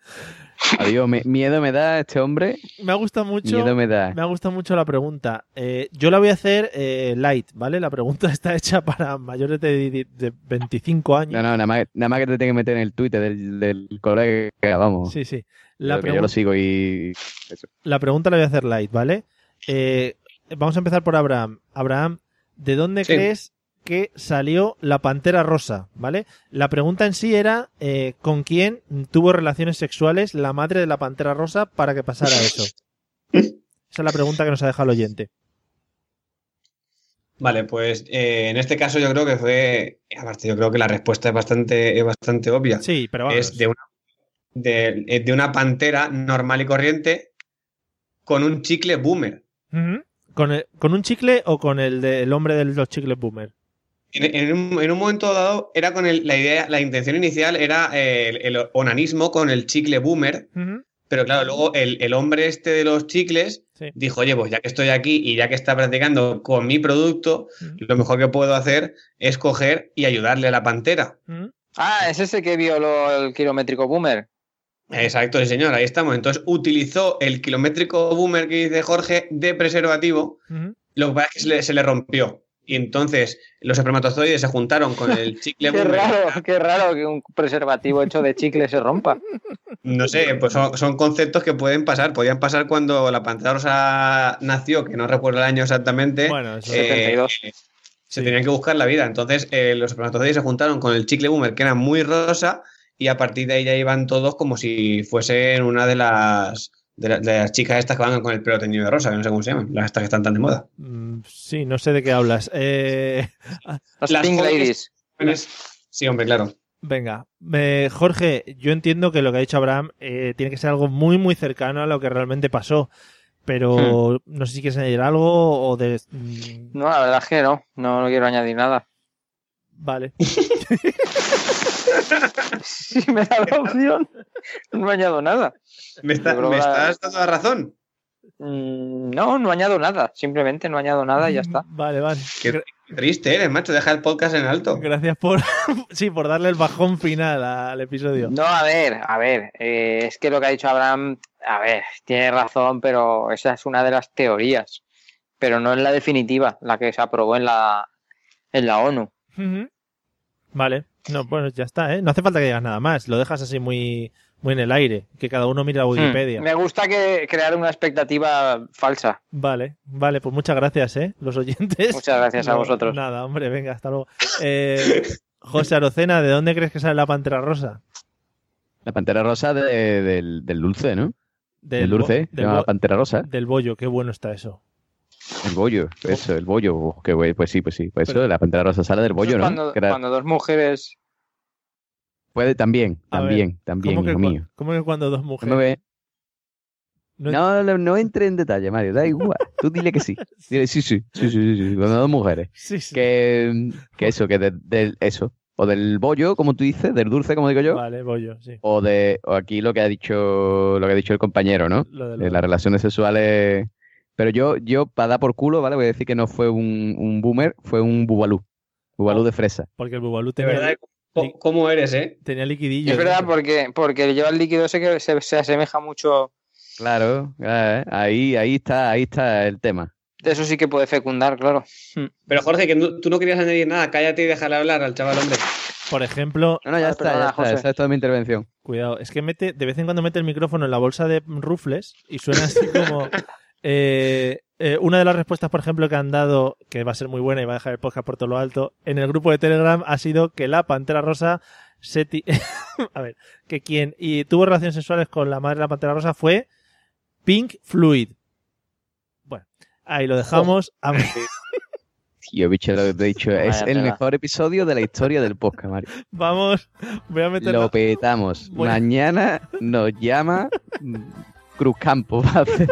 S6: Adiós, me- miedo me da este hombre.
S2: Me ha gustado mucho.
S6: Miedo me da.
S2: Me ha gustado mucho la pregunta. Eh, yo la voy a hacer eh, light, ¿vale? La pregunta <laughs> está hecha para mayores de, de- de 25 años.
S6: No, no, nada más, nada más que te tengo que meter en el Twitter del, del colega, vamos.
S2: Sí, sí. La,
S6: Porque yo lo
S2: pregun-
S6: sigo y. eso.
S2: la pregunta la voy a hacer light, ¿vale? Eh, vamos a empezar por Abraham. Abraham, ¿de dónde
S3: Sí.
S2: crees que salió la pantera rosa? ¿Vale? La pregunta en sí era eh, ¿con quién tuvo relaciones sexuales la madre de la pantera rosa para que pasara
S3: <laughs>
S2: eso? Esa es la pregunta que nos ha dejado el oyente.
S3: Vale, pues eh, en este caso yo creo que fue. Aparte, yo creo que la respuesta es bastante, es bastante obvia.
S2: Sí, pero vamos.
S3: Es de una, de, eh, de una pantera normal y corriente con un chicle boomer.
S2: Ujú. ¿Con, el- ¿Con un chicle o con el del hombre de los chicles boomer?
S3: En, en un, en un momento dado, era con el- la idea, la intención inicial era eh, el, el onanismo con el chicle boomer,
S2: Ujú.
S3: pero claro, luego el, el hombre este de los chicles
S2: Sí.
S3: dijo, oye, pues ya que estoy aquí y ya que está practicando con mi producto, lo mejor que puedo hacer es coger y ayudarle a la pantera.
S4: Ah, es ese que violó el kilométrico boomer.
S3: Exacto, sí, señor, ahí estamos. Entonces utilizó el kilométrico boomer que dice Jorge de preservativo,
S2: Ujú.
S3: lo que pasa es que se le, se le rompió. Y entonces los espermatozoides se juntaron con el
S4: <laughs>
S3: chicle
S4: Qué
S3: boomer.
S4: raro, qué raro que un preservativo hecho de chicle se rompa.
S3: No sé, pues son, son conceptos que pueden pasar. Podían pasar cuando la pantera rosa nació, que no recuerdo el año
S4: Eh,
S3: exactamente.
S2: Bueno, eso-
S4: 72.
S3: Se tenían que buscar la vida. Entonces eh, los espermatozoides se juntaron con el chicle boomer, que era muy rosa, y a partir de ahí ya iban todos como si fuesen una de las, de, la- de las chicas estas que van con el pelo teñido de rosa, que no sé cómo se llaman, las estas que están tan de moda.
S2: Mm, Sí, no sé de qué hablas. Eh, <laughs>
S3: Las Pink Ladies. Sí, hombre, claro.
S2: Venga, eh, Jorge, yo entiendo que lo que ha dicho Abraham eh, tiene que ser algo muy, muy cercano a lo que realmente pasó.
S4: Hmm.
S2: Pero no sé si quieres añadir algo o de. mm,
S4: No, la verdad es que no, no, no quiero añadir nada. <laughs>
S2: Vale.
S4: Si me da la opción, no añado nada.
S3: ¿Me, está- me estás dando la razón?
S4: Mm, No, no añado nada. Simplemente no añado nada y ya está.
S2: Vale, vale.
S3: Qué triste eres, macho. Deja el podcast en alto.
S2: Gracias por. <laughs> sí, por darle el bajón final al episodio.
S4: No, a ver, a ver, eh, es que lo que ha dicho Abraham, a ver, tiene razón, pero esa es una de las teorías, pero no es la definitiva, la que se aprobó en la, en la ONU.
S2: Ujú. Vale. No, pues ya está, ¿eh? No hace falta que digas nada más. Lo dejas así muy, muy en el aire. Que cada uno mire la Wikipedia.
S4: Hmm, Me gusta que crear una expectativa falsa.
S2: Vale, vale, pues muchas gracias, ¿eh? Los oyentes.
S4: Muchas gracias a
S2: No,
S4: vosotros.
S2: Nada, hombre, venga, hasta luego. Eh, José Arocena, ¿de dónde crees que sale la pantera rosa?
S6: La pantera rosa de- del, del dulce, ¿no?
S2: Del
S6: Del, dulce,
S2: bo-
S6: se
S2: del
S6: llama
S2: bo-
S6: la pantera rosa.
S2: Del bollo, qué bueno está eso.
S6: El bollo, eso, el bollo. Uf, qué güey, pues sí, pues sí. Pues eso,
S2: Pero-
S6: la pantera rosa sale del bollo, ¿no?
S4: Cuando,
S6: Que era-
S4: cuando dos mujeres...
S6: Puede también,
S2: A ver,
S6: también, también,
S2: ¿Cómo que,
S6: hijo
S2: cua-
S6: mío.
S2: cómo que cuando dos
S6: No, me
S2: mujeres?
S6: ve-
S2: No-
S6: no, no, no entre en detalle, Mario, da igual. Tú dile que sí. Dile, sí, sí, sí, sí, sí, sí, cuando dos mujeres.
S2: Sí, sí.
S6: Que, mm, que eso, que de- del eso. O del bollo, como tú dices, del dulce, como digo yo.
S2: Vale, bollo, sí.
S6: O de o aquí lo que ha dicho lo que ha dicho el compañero, ¿no?
S2: Lo de
S6: Eh,
S2: lo-
S6: las relaciones sexuales. Pero yo, yo para dar por culo, ¿vale? Voy a decir que no fue un, un boomer, fue un bubalú. Bubalú de fresa.
S2: Porque el bubalú
S3: De
S2: tenía,
S3: verdad, ¿cómo- ¿cómo eres, eh?
S2: tenía liquidillo.
S4: Es verdad,
S2: dentro.
S4: porque, porque lleva el líquido ese que se, se asemeja mucho...
S6: Claro, eh, ahí, ahí está, ahí está el tema.
S4: Eso sí que puede fecundar, claro.
S3: Pero Jorge, que no- tú no querías añadir nada. Cállate y déjale hablar al chaval, hombre.
S2: Por ejemplo,
S6: No, no, ya
S4: Ah,
S6: está,
S4: perdona,
S6: ya está,
S4: José.
S6: esa es toda mi intervención.
S2: Cuidado, es que mete, de vez en cuando mete el micrófono en la bolsa de rufles y suena así como. eh, eh, una de las respuestas, por ejemplo, que han dado, que va a ser muy buena y va a dejar el podcast por todo lo alto, en el grupo de Telegram ha sido que la pantera rosa se. ti- <laughs> a ver, que quien y tuvo relaciones sexuales con la madre de la pantera rosa fue Pink Fluid. Bueno, ahí lo dejamos. A ver,
S6: Tío, bicho, lo que te he dicho, es
S4: Vaya
S6: el
S4: tela.
S6: mejor episodio de la historia del
S2: <laughs>
S6: podcast, Mario.
S2: <laughs> Vamos, voy a meter. <laughs>
S6: Lo petamos.
S2: Voy a-
S6: Mañana nos llama mm, Cruzcampo <laughs> para hacer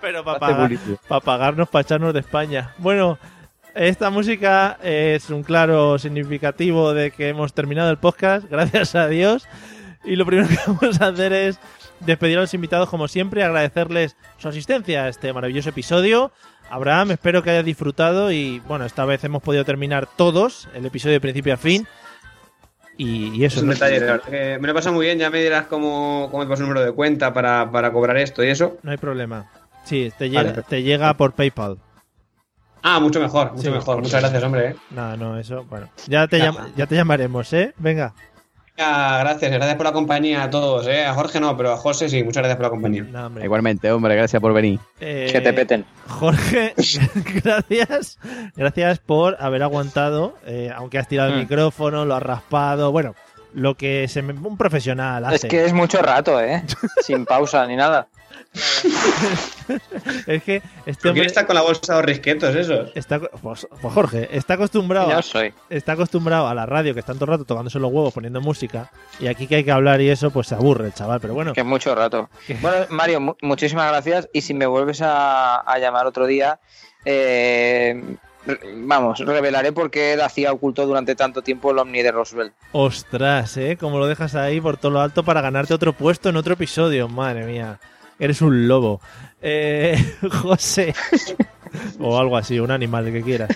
S2: Pero para
S6: hacer
S2: pagar,
S6: publicidad.
S2: para pagarnos para echarnos de España. Bueno, esta música es un claro significativo de que hemos terminado el podcast, <laughs> gracias a Dios. Y lo primero que <laughs> vamos a hacer es despedir a los invitados, como siempre, agradecerles su asistencia a este maravilloso episodio. Abraham, espero que hayas disfrutado y bueno, esta vez hemos podido terminar todos el episodio de principio a fin. Y, y eso.
S3: Es un
S2: ¿no?
S3: detalle, la verdad que me lo he pasado muy bien. Ya me dirás cómo, cómo te paso el número de cuenta para, para cobrar esto y eso.
S2: No hay problema. Sí, te
S3: Vale,
S2: llega, te llega por PayPal.
S3: Ah, mucho mejor, mucho
S2: Sí, por
S3: mejor. Muchas
S2: supuesto.
S3: gracias, hombre. eh.
S2: Nada, no, eso, bueno. Ya te, llam- ya te llamaremos, ¿eh? Venga.
S3: Ah, gracias, gracias por la compañía a todos. eh. A Jorge no, pero a José sí. Muchas gracias por la compañía.
S2: Nada, hombre.
S6: Igualmente, hombre, gracias por venir.
S2: Eh,
S4: Que te peten.
S2: Jorge, gracias. Gracias por haber aguantado. eh, aunque has tirado el
S4: Mm.
S2: micrófono, lo has raspado. Bueno, lo que se me- un profesional
S4: Es
S2: hace.
S4: que es mucho rato,
S6: <laughs>
S4: ¿eh? Sin pausa ni nada.
S2: Es que este
S3: ¿Por qué
S2: hombre
S3: está con la bolsa de los risquetos esos?
S2: está co- pues, pues Jorge está acostumbrado,
S4: Yo
S2: a-
S4: soy.
S2: está acostumbrado a la radio que está todo el rato tocándose los huevos, poniendo música. Y aquí que hay que hablar y eso, pues se aburre el chaval. Pero bueno,
S4: Que es mucho rato. Bueno, Mario, mu- muchísimas gracias. Y si me vuelves a, a llamar otro día, eh, re- vamos, revelaré por qué hacía oculto durante tanto tiempo el Omni de Roosevelt.
S2: ostras, ¿eh? Como lo dejas ahí por todo lo alto para ganarte otro puesto en otro episodio. Madre mía, eres un lobo. Eh, <laughs> José. O algo así, un animal el que quieras.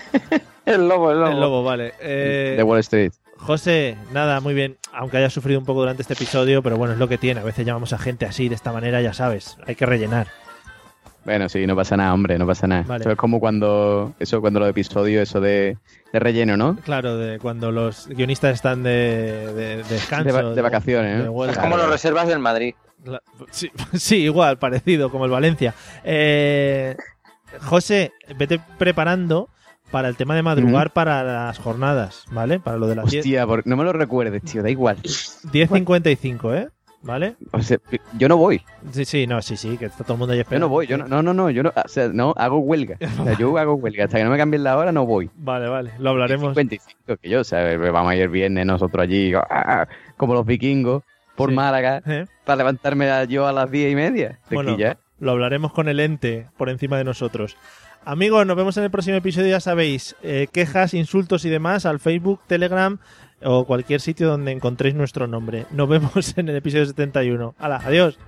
S4: El lobo, el lobo.
S2: El lobo, vale. Eh,
S6: De Wall Street.
S2: José, nada, muy bien. Aunque haya sufrido un poco durante este episodio, pero bueno, es lo que tiene. A veces llamamos a gente así, de esta manera, ya sabes. Hay que rellenar.
S6: Bueno, sí, no pasa nada, hombre, no pasa nada.
S2: Vale.
S6: Eso es como cuando, eso cuando los episodios, eso de, de relleno, ¿no?
S2: Claro, de cuando los guionistas están de, de- de descanso.
S6: De, va- de vacaciones,
S2: de
S6: ¿no?
S2: huelga.
S4: Es como las reservas del Madrid.
S2: La- sí, <laughs> sí, igual, parecido, como el Valencia. Eh, José, vete preparando para el tema de madrugar para las jornadas, ¿vale? Para lo de las 10
S6: Hostia, por- no me lo recuerdes, tío, da igual.
S2: 10.55, ¿eh? ¿Vale?
S6: O sea, yo no voy.
S2: Sí, sí, no, sí, sí, que está todo el mundo ahí
S6: Yo
S2: esperando.
S6: no voy, yo no, no, no, no, yo no, o sea, no hago huelga. O sea, yo hago huelga. Hasta que no me cambien la hora, no voy.
S2: Vale, vale, lo hablaremos.
S6: 55, que yo, o sea, eh, vamos a ir el viernes nosotros allí, ah, como los vikingos, por Málaga,
S2: ¿Eh?
S6: para levantarme a- yo a las diez y media. Te
S2: Bueno,
S6: quilla, ¿eh?
S2: lo hablaremos con el ente por encima de nosotros. Amigos, nos vemos en el próximo episodio, ya sabéis, eh, quejas, insultos y demás al Facebook, Telegram <laughs> o cualquier sitio donde encontréis nuestro nombre. Nos vemos en el episodio 71. Hala, adiós.